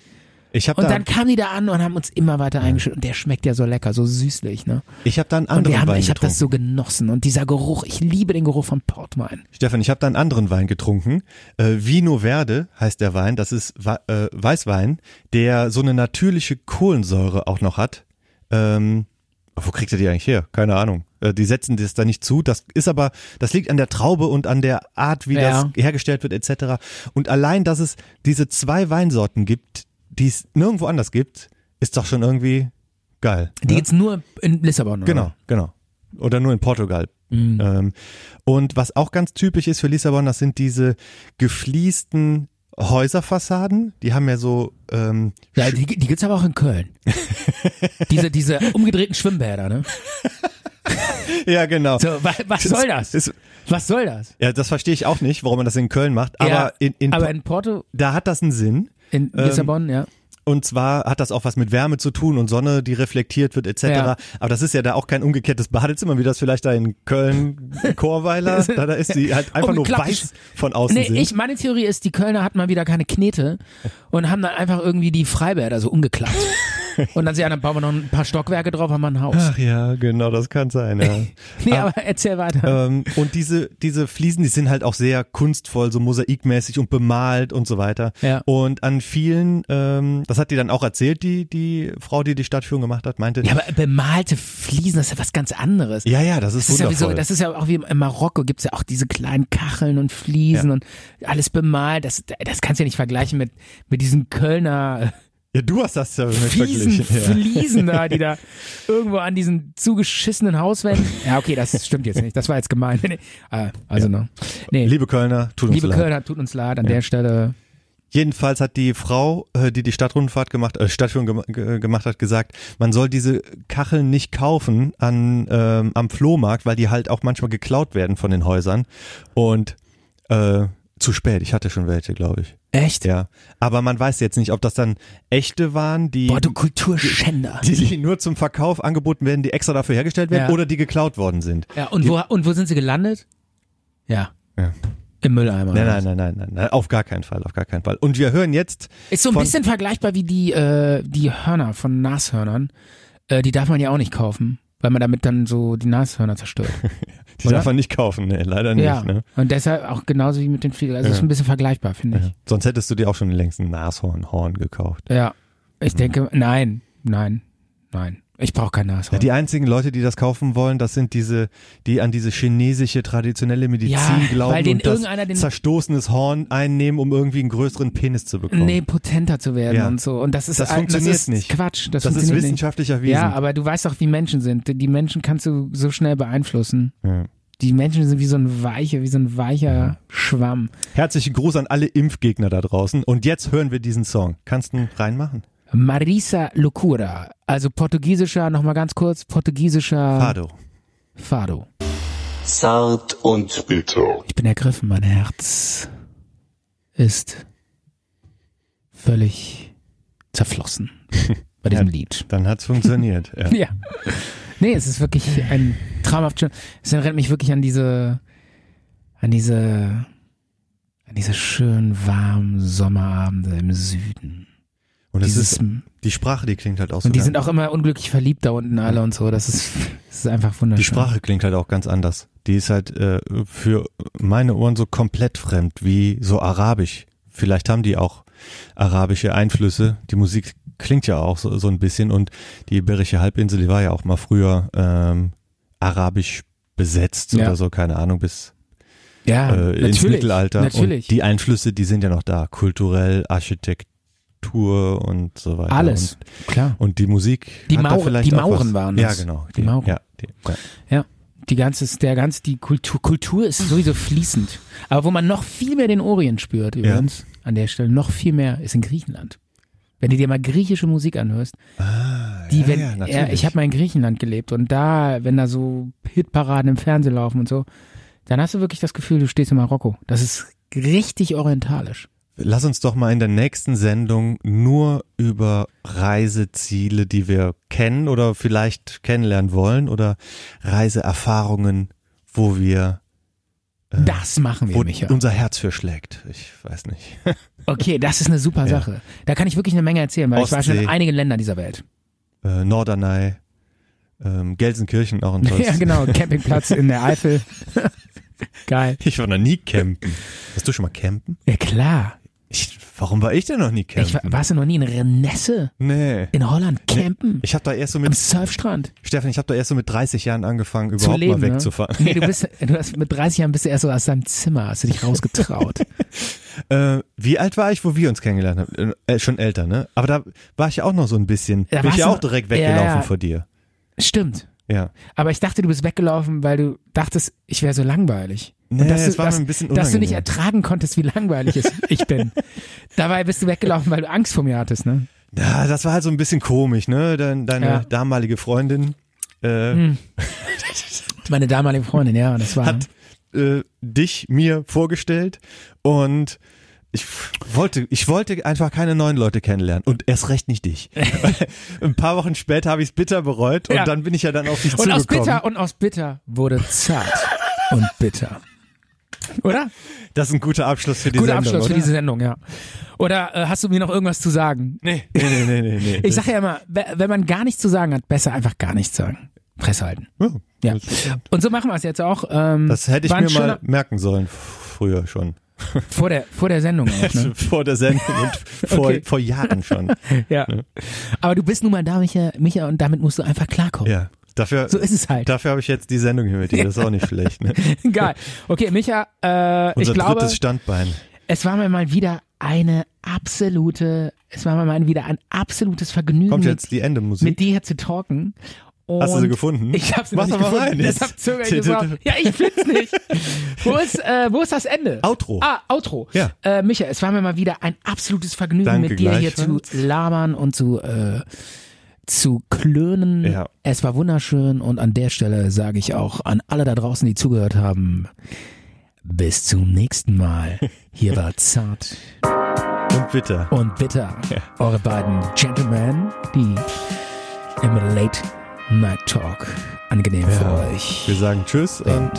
Speaker 4: Ich habe
Speaker 1: Und
Speaker 4: da,
Speaker 1: dann kamen die da an und haben uns immer weiter eingeschüttet. Und der schmeckt ja so lecker, so süßlich, ne?
Speaker 4: ich hab da einen
Speaker 1: Und
Speaker 4: anderen
Speaker 1: wir haben,
Speaker 4: Wein
Speaker 1: ich habe
Speaker 4: getrunken.
Speaker 1: das so genossen. Und dieser Geruch, ich liebe den Geruch von Portwein.
Speaker 4: Stefan, ich habe da einen anderen Wein getrunken. Äh, Vino Verde heißt der Wein. Das ist Wa- äh, Weißwein, der so eine natürliche Kohlensäure auch noch hat. Ähm, wo kriegt er die eigentlich her? Keine Ahnung. Äh, die setzen das da nicht zu. Das ist aber, das liegt an der Traube und an der Art, wie
Speaker 1: Ja.
Speaker 4: das hergestellt wird, etc. Und allein, dass es diese zwei Weinsorten gibt, die es nirgendwo anders gibt, ist doch schon irgendwie geil.
Speaker 1: Die
Speaker 4: ne?
Speaker 1: gibt's nur in Lissabon, oder? Mhm.
Speaker 4: Genau, genau. Oder nur in Portugal. Ähm, und was auch ganz typisch ist für Lissabon, das sind diese gefliesten Häuserfassaden, die haben ja so ähm, <laughs>
Speaker 1: Ja, die, die gibt's aber auch in <laughs> Köln. diese, diese umgedrehten Schwimmbäder, ne?
Speaker 4: Ja, genau.
Speaker 1: So, wa was soll das?
Speaker 4: Ist,
Speaker 1: Was soll das?
Speaker 4: ja, das verstehe ich auch nicht, warum man das in Köln macht, aber,
Speaker 1: ja,
Speaker 4: in, Ähm, in,
Speaker 1: aber in Porto,
Speaker 4: da hat das einen Sinn.
Speaker 1: in Lissabon, ja.
Speaker 4: Und zwar hat das auch was mit Wärme zu tun und Sonne, die reflektiert wird, etc.
Speaker 1: Ja.
Speaker 4: Aber das ist ja da auch kein umgekehrtes Badezimmer, wie das vielleicht da in Köln,
Speaker 1: <laughs>
Speaker 4: Chorweiler, da, da ist die halt einfach nur
Speaker 1: Umgeklappt.
Speaker 4: weiß von außen
Speaker 1: Um Nee,
Speaker 4: sind.
Speaker 1: ich, meine Theorie ist, die Kölner hatten mal wieder keine Knete und haben dann einfach irgendwie die Freibäder so
Speaker 4: <laughs>
Speaker 1: umgeklappt. und dann sie, ja, dann bauen wir noch ein paar Stockwerke drauf, haben wir ein Haus.
Speaker 4: Ach ah. ja, genau, das kann sein, ja.
Speaker 1: <laughs> Nee, aber erzähl weiter.
Speaker 4: ähm, und diese, diese Fliesen, die sind halt auch sehr kunstvoll, so mosaikmäßig und bemalt und so weiter.
Speaker 1: Ja.
Speaker 4: Und an vielen, ähm, das hat die dann auch erzählt, die, die Frau, die die Stadtführung gemacht hat, meinte,
Speaker 1: Ja, aber bemalte Fliesen, das ist ja was ganz anderes.
Speaker 4: ja, ja, das ist
Speaker 1: Das ist, ja wie so,
Speaker 4: wundervoll.
Speaker 1: das ist ja auch wie im- in Marokko gibt's ja auch diese kleinen Kacheln und Fliesen
Speaker 4: Ja.
Speaker 1: und alles bemalt. Das, das kannst du ja nicht vergleichen mit, mit diesen Kölner
Speaker 4: ja, du hast das ja mit
Speaker 1: fiesen
Speaker 4: verglichen. Ja.
Speaker 1: Fliesen da,
Speaker 4: <laughs>
Speaker 1: die da irgendwo an diesen zugeschissenen Hauswänden. Ja, okay, das stimmt jetzt nicht. Das war jetzt gemein. <laughs> Nee, äh, Also, ne. Nee, liebe,
Speaker 4: Liebe Kölner, tut uns leid.
Speaker 1: Kölner, tut uns leid an der Stelle.
Speaker 4: Jedenfalls hat die Frau, äh, die die Stadtrundfahrt gemacht, äh, Stadtführung gem ge- gemacht hat, gesagt, man soll diese Kacheln nicht kaufen an, ähm, am Flohmarkt, weil die halt auch manchmal geklaut werden von den Häusern. Und äh, zu spät, ich hatte schon welche, glaube ich.
Speaker 1: Echt?
Speaker 4: Ja, aber man weiß jetzt nicht, ob das dann echte waren, die,
Speaker 1: Boah, du Kulturschänder.
Speaker 4: die, <laughs> die nur zum Verkauf angeboten werden, die extra dafür hergestellt werden
Speaker 1: Ja.
Speaker 4: oder die geklaut worden sind.
Speaker 1: Ja, und wo, und wo sind sie gelandet? Ja.
Speaker 4: Ja.
Speaker 1: Im Mülleimer.
Speaker 4: Nein, nein, nein, nein, nein, nein, auf gar keinen Fall, auf gar keinen Fall. Und wir hören jetzt,
Speaker 1: Ist so ein
Speaker 4: Von-
Speaker 1: bisschen vergleichbar wie die, äh, die Hörner von Nashörnern. Äh, die darf man ja auch nicht kaufen, weil man damit dann so die Nashörner zerstört.
Speaker 4: die
Speaker 1: Oder?
Speaker 4: darf man nicht kaufen, ne, leider <laughs> nicht.
Speaker 1: ja.
Speaker 4: Ne?
Speaker 1: Und deshalb auch genauso wie mit den Fliegeln. Also ist ein bisschen vergleichbar, finde ich.
Speaker 4: Sonst hättest du dir auch schon längst ein Nashornhorn gekauft.
Speaker 1: Ja. Ich denke, nein, nein, nein. Ich brauche kein Nashorn.
Speaker 4: Ja, die einzigen Leute, die das kaufen wollen, das sind diese, die an diese chinesische traditionelle Medizin
Speaker 1: Ja,
Speaker 4: glauben
Speaker 1: weil denen
Speaker 4: und das
Speaker 1: irgendeiner den-
Speaker 4: zerstoßenes Horn einnehmen, um irgendwie einen größeren Penis zu bekommen.
Speaker 1: Nee, potenter zu werden
Speaker 4: Ja.
Speaker 1: und so. Und das ist
Speaker 4: Das
Speaker 1: äh,
Speaker 4: funktioniert
Speaker 1: das ist
Speaker 4: nicht.
Speaker 1: Quatsch. Das,
Speaker 4: das ist
Speaker 1: funktioniert nicht.
Speaker 4: wissenschaftlich erwiesen.
Speaker 1: Ja, aber du weißt doch, wie Menschen sind. Die Menschen kannst du so schnell beeinflussen.
Speaker 4: Ja.
Speaker 1: Die Menschen sind wie so ein weicher, wie so ein weicher Schwamm.
Speaker 4: Herzlichen Gruß an alle Impfgegner da draußen. Und jetzt hören wir diesen Song. Kannst du ihn reinmachen?
Speaker 1: Marisa Loucura, also portugiesischer, nochmal ganz kurz, portugiesischer
Speaker 4: Fado.
Speaker 1: Fado.
Speaker 2: Zart und bitter.
Speaker 1: Ich bin ergriffen, mein Herz ist völlig
Speaker 4: <laughs>
Speaker 1: zerflossen bei diesem Lied.
Speaker 4: Dann hat's funktioniert.
Speaker 1: <laughs>
Speaker 4: Ja.
Speaker 1: Ja. Nee, es ist wirklich ein traumhaft schön. Es erinnert mich wirklich an diese, an diese, an diese schönen warmen Sommerabende im Süden.
Speaker 4: Und es
Speaker 1: Dieses
Speaker 4: ist die Sprache, die klingt halt auch so.
Speaker 1: Und die
Speaker 4: ganz-
Speaker 1: sind auch immer unglücklich verliebt da unten alle und so. Das ist, das ist einfach wunderschön.
Speaker 4: die Sprache klingt halt auch ganz anders. Die ist halt äh, für meine Ohren so komplett fremd wie so arabisch. Vielleicht haben die auch arabische Einflüsse. Die Musik klingt ja auch so, so ein bisschen und die Iberische Halbinsel, die war ja auch mal früher ähm, arabisch besetzt
Speaker 1: Ja.
Speaker 4: oder so, keine Ahnung, bis
Speaker 1: ja,
Speaker 4: äh, ins
Speaker 1: natürlich,
Speaker 4: Mittelalter.
Speaker 1: Natürlich.
Speaker 4: Und die Einflüsse, die sind ja noch da. Kulturell, Architektur und so weiter.
Speaker 1: Alles,
Speaker 4: Und,
Speaker 1: klar.
Speaker 4: und die Musik.
Speaker 1: Die
Speaker 4: hat da
Speaker 1: Mauren-
Speaker 4: vielleicht
Speaker 1: die
Speaker 4: auch
Speaker 1: Mauren
Speaker 4: was.
Speaker 1: waren
Speaker 4: Ja,
Speaker 1: das.
Speaker 4: genau.
Speaker 1: Die Mauren.
Speaker 4: Ja, die, ja.
Speaker 1: Ja. Die ganze, der ganze, die Kultur, Kultur ist sowieso fließend. Aber wo man noch viel mehr den Orient spürt, übrigens, an der Stelle, noch viel mehr, ist in Griechenland. Wenn du dir mal griechische Musik anhörst, die,
Speaker 4: ja,
Speaker 1: wenn, äh,
Speaker 4: ja, natürlich.
Speaker 1: ich habe mal in Griechenland gelebt und da, wenn da so Hitparaden im Fernsehen laufen und so, dann hast du wirklich das Gefühl, du stehst in Marokko. Das ist richtig orientalisch.
Speaker 4: Lass uns doch mal in der nächsten Sendung nur über Reiseziele, die wir kennen oder vielleicht kennenlernen wollen oder Reiseerfahrungen, wo wir, Äh,
Speaker 1: Das machen wir,
Speaker 4: wo
Speaker 1: Micha.
Speaker 4: unser Herz für schlägt. Ich weiß nicht.
Speaker 1: Okay, das ist eine super Sache. Da kann ich wirklich eine Menge erzählen, weil ich war schon in
Speaker 4: Ostsee.
Speaker 1: einigen Ländern dieser Welt.
Speaker 4: Äh, Norderney, ähm, Gelsenkirchen
Speaker 1: <laughs>
Speaker 4: auch ein tolles.
Speaker 1: Ja, genau, Campingplatz in der
Speaker 4: <laughs>
Speaker 1: Eifel. Geil.
Speaker 4: Ich war noch nie campen. Warst du schon mal campen?
Speaker 1: Ja, klar.
Speaker 4: Ich, warum war ich denn noch nie campen?
Speaker 1: Ich war, warst du noch nie in Renesse?
Speaker 4: nee.
Speaker 1: In Holland campen?
Speaker 4: Ich habe da erst so
Speaker 1: Am
Speaker 4: mit
Speaker 1: Surfstrand?
Speaker 4: Stefan, ich habe da erst so mit 30 Jahren angefangen
Speaker 1: Zu
Speaker 4: überhaupt
Speaker 1: leben,
Speaker 4: mal
Speaker 1: ne?
Speaker 4: wegzufahren. <laughs>
Speaker 1: Nee, du bist, du hast, mit 30 Jahren bist du erst so aus deinem Zimmer, hast du dich
Speaker 4: <laughs>
Speaker 1: rausgetraut.
Speaker 4: Äh, wie alt war ich, wo wir uns kennengelernt haben? Äh, schon älter, ne? Aber da war ich ja auch noch so ein bisschen.
Speaker 1: Da
Speaker 4: bin ich
Speaker 1: warst
Speaker 4: ja
Speaker 1: du-
Speaker 4: auch direkt weggelaufen
Speaker 1: Ja, ja.
Speaker 4: vor dir.
Speaker 1: Stimmt.
Speaker 4: Ja.
Speaker 1: Aber ich dachte, du bist weggelaufen, weil du dachtest, ich wäre so langweilig.
Speaker 4: Nee,
Speaker 1: dass,
Speaker 4: es
Speaker 1: du,
Speaker 4: war mir
Speaker 1: dass,
Speaker 4: ein bisschen
Speaker 1: dass du nicht
Speaker 4: unangenehm.
Speaker 1: ertragen konntest, wie langweilig
Speaker 4: <laughs>
Speaker 1: es ich bin. Dabei bist du weggelaufen, weil du Angst vor mir hattest, ne?
Speaker 4: Ja, das war halt so ein bisschen komisch, ne? Dein, deine
Speaker 1: Ja. Mhm.
Speaker 4: damalige Freundin äh,
Speaker 1: Meine damalige Freundin, ja, das war.
Speaker 4: hat äh, dich mir vorgestellt und ich wollte, ich wollte einfach keine neuen Leute kennenlernen und erst recht
Speaker 1: <laughs>
Speaker 4: nicht dich. ein paar Wochen später habe ich es bitter bereut und
Speaker 1: Ja.
Speaker 4: dann bin ich ja dann auf dich
Speaker 1: und aus
Speaker 4: zugekommen.
Speaker 1: bitter und aus bitter wurde zart und bitter. Oder?
Speaker 4: Das ist ein guter Abschluss für die
Speaker 1: Guter
Speaker 4: Sendung,
Speaker 1: Abschluss für
Speaker 4: oder?
Speaker 1: diese Sendung, ja. Oder äh, hast du mir noch irgendwas zu sagen?
Speaker 4: Nee, nee, nee, nee, nee.
Speaker 1: Ich sage ja immer, we- wenn man gar nichts zu sagen hat, besser einfach gar nichts sagen. Fresse halten.
Speaker 4: Ja,
Speaker 1: Ja.
Speaker 4: das-
Speaker 1: Und so machen wir es jetzt auch. Ähm,
Speaker 4: Das hätte ich
Speaker 1: war ein
Speaker 4: mir mal
Speaker 1: schöner-
Speaker 4: merken sollen, früher schon.
Speaker 1: vor der vor der Sendung. Auch,
Speaker 4: <laughs>
Speaker 1: ne?
Speaker 4: Vor der Sendung
Speaker 1: <laughs>
Speaker 4: und vor,
Speaker 1: Okay.
Speaker 4: vor
Speaker 1: <laughs>
Speaker 4: Jahren schon.
Speaker 1: ja. Aber du bist nun mal da, Micha, Micha, und damit musst du einfach klarkommen.
Speaker 4: Ja. Dafür,
Speaker 1: So ist es halt.
Speaker 4: Dafür habe ich jetzt die Sendung hier mit dir. Das ist auch nicht
Speaker 1: <laughs>
Speaker 4: schlecht. Ne?
Speaker 1: Egal. Okay, Micha, äh,
Speaker 4: Unser
Speaker 1: ich glaube,
Speaker 4: drittes Standbein.
Speaker 1: es war mir mal wieder eine absolute, es war mir mal wieder ein absolutes Vergnügen,
Speaker 4: Kommt
Speaker 1: mit,
Speaker 4: jetzt die Endemusik.
Speaker 1: mit dir zu talken. Und
Speaker 4: Hast du sie gefunden?
Speaker 1: Ich habe sie
Speaker 4: Mach
Speaker 1: noch nicht
Speaker 4: doch mal
Speaker 1: gefunden.
Speaker 4: rein jetzt.
Speaker 1: Deshalb zögere <laughs> ich gesagt. Ja, ich find's nicht. Wo ist, äh, wo ist das Ende?
Speaker 4: Outro.
Speaker 1: Ah, Outro.
Speaker 4: Ja.
Speaker 1: Äh, Micha, es war mir mal wieder ein absolutes Vergnügen,
Speaker 4: Danke
Speaker 1: mit dir hier zu
Speaker 4: gleichfalls.
Speaker 1: labern und zu, äh, zu klönen.
Speaker 4: Ja.
Speaker 1: Es war wunderschön und an der Stelle sage ich auch an alle da draußen, die zugehört haben, bis zum nächsten Mal. Hier
Speaker 4: <laughs>
Speaker 1: war Zart
Speaker 4: Und bitte.
Speaker 1: und Bitter. Eure beiden Gentlemen, die im Late Night Talk angenehm für euch.
Speaker 4: Wir sagen Tschüss und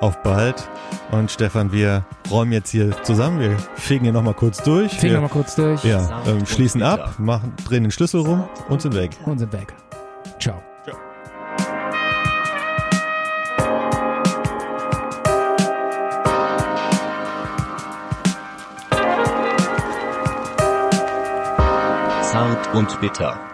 Speaker 4: auf bald. Und Stefan, wir räumen jetzt hier zusammen. Wir fegen hier nochmal kurz durch.
Speaker 1: Fing
Speaker 4: wir,
Speaker 1: nochmal kurz durch
Speaker 4: ja, ähm, schließen ab, machen, drehen den Schlüssel rum und sind weg.
Speaker 1: und sind weg. Ciao.
Speaker 2: Zart und bitter.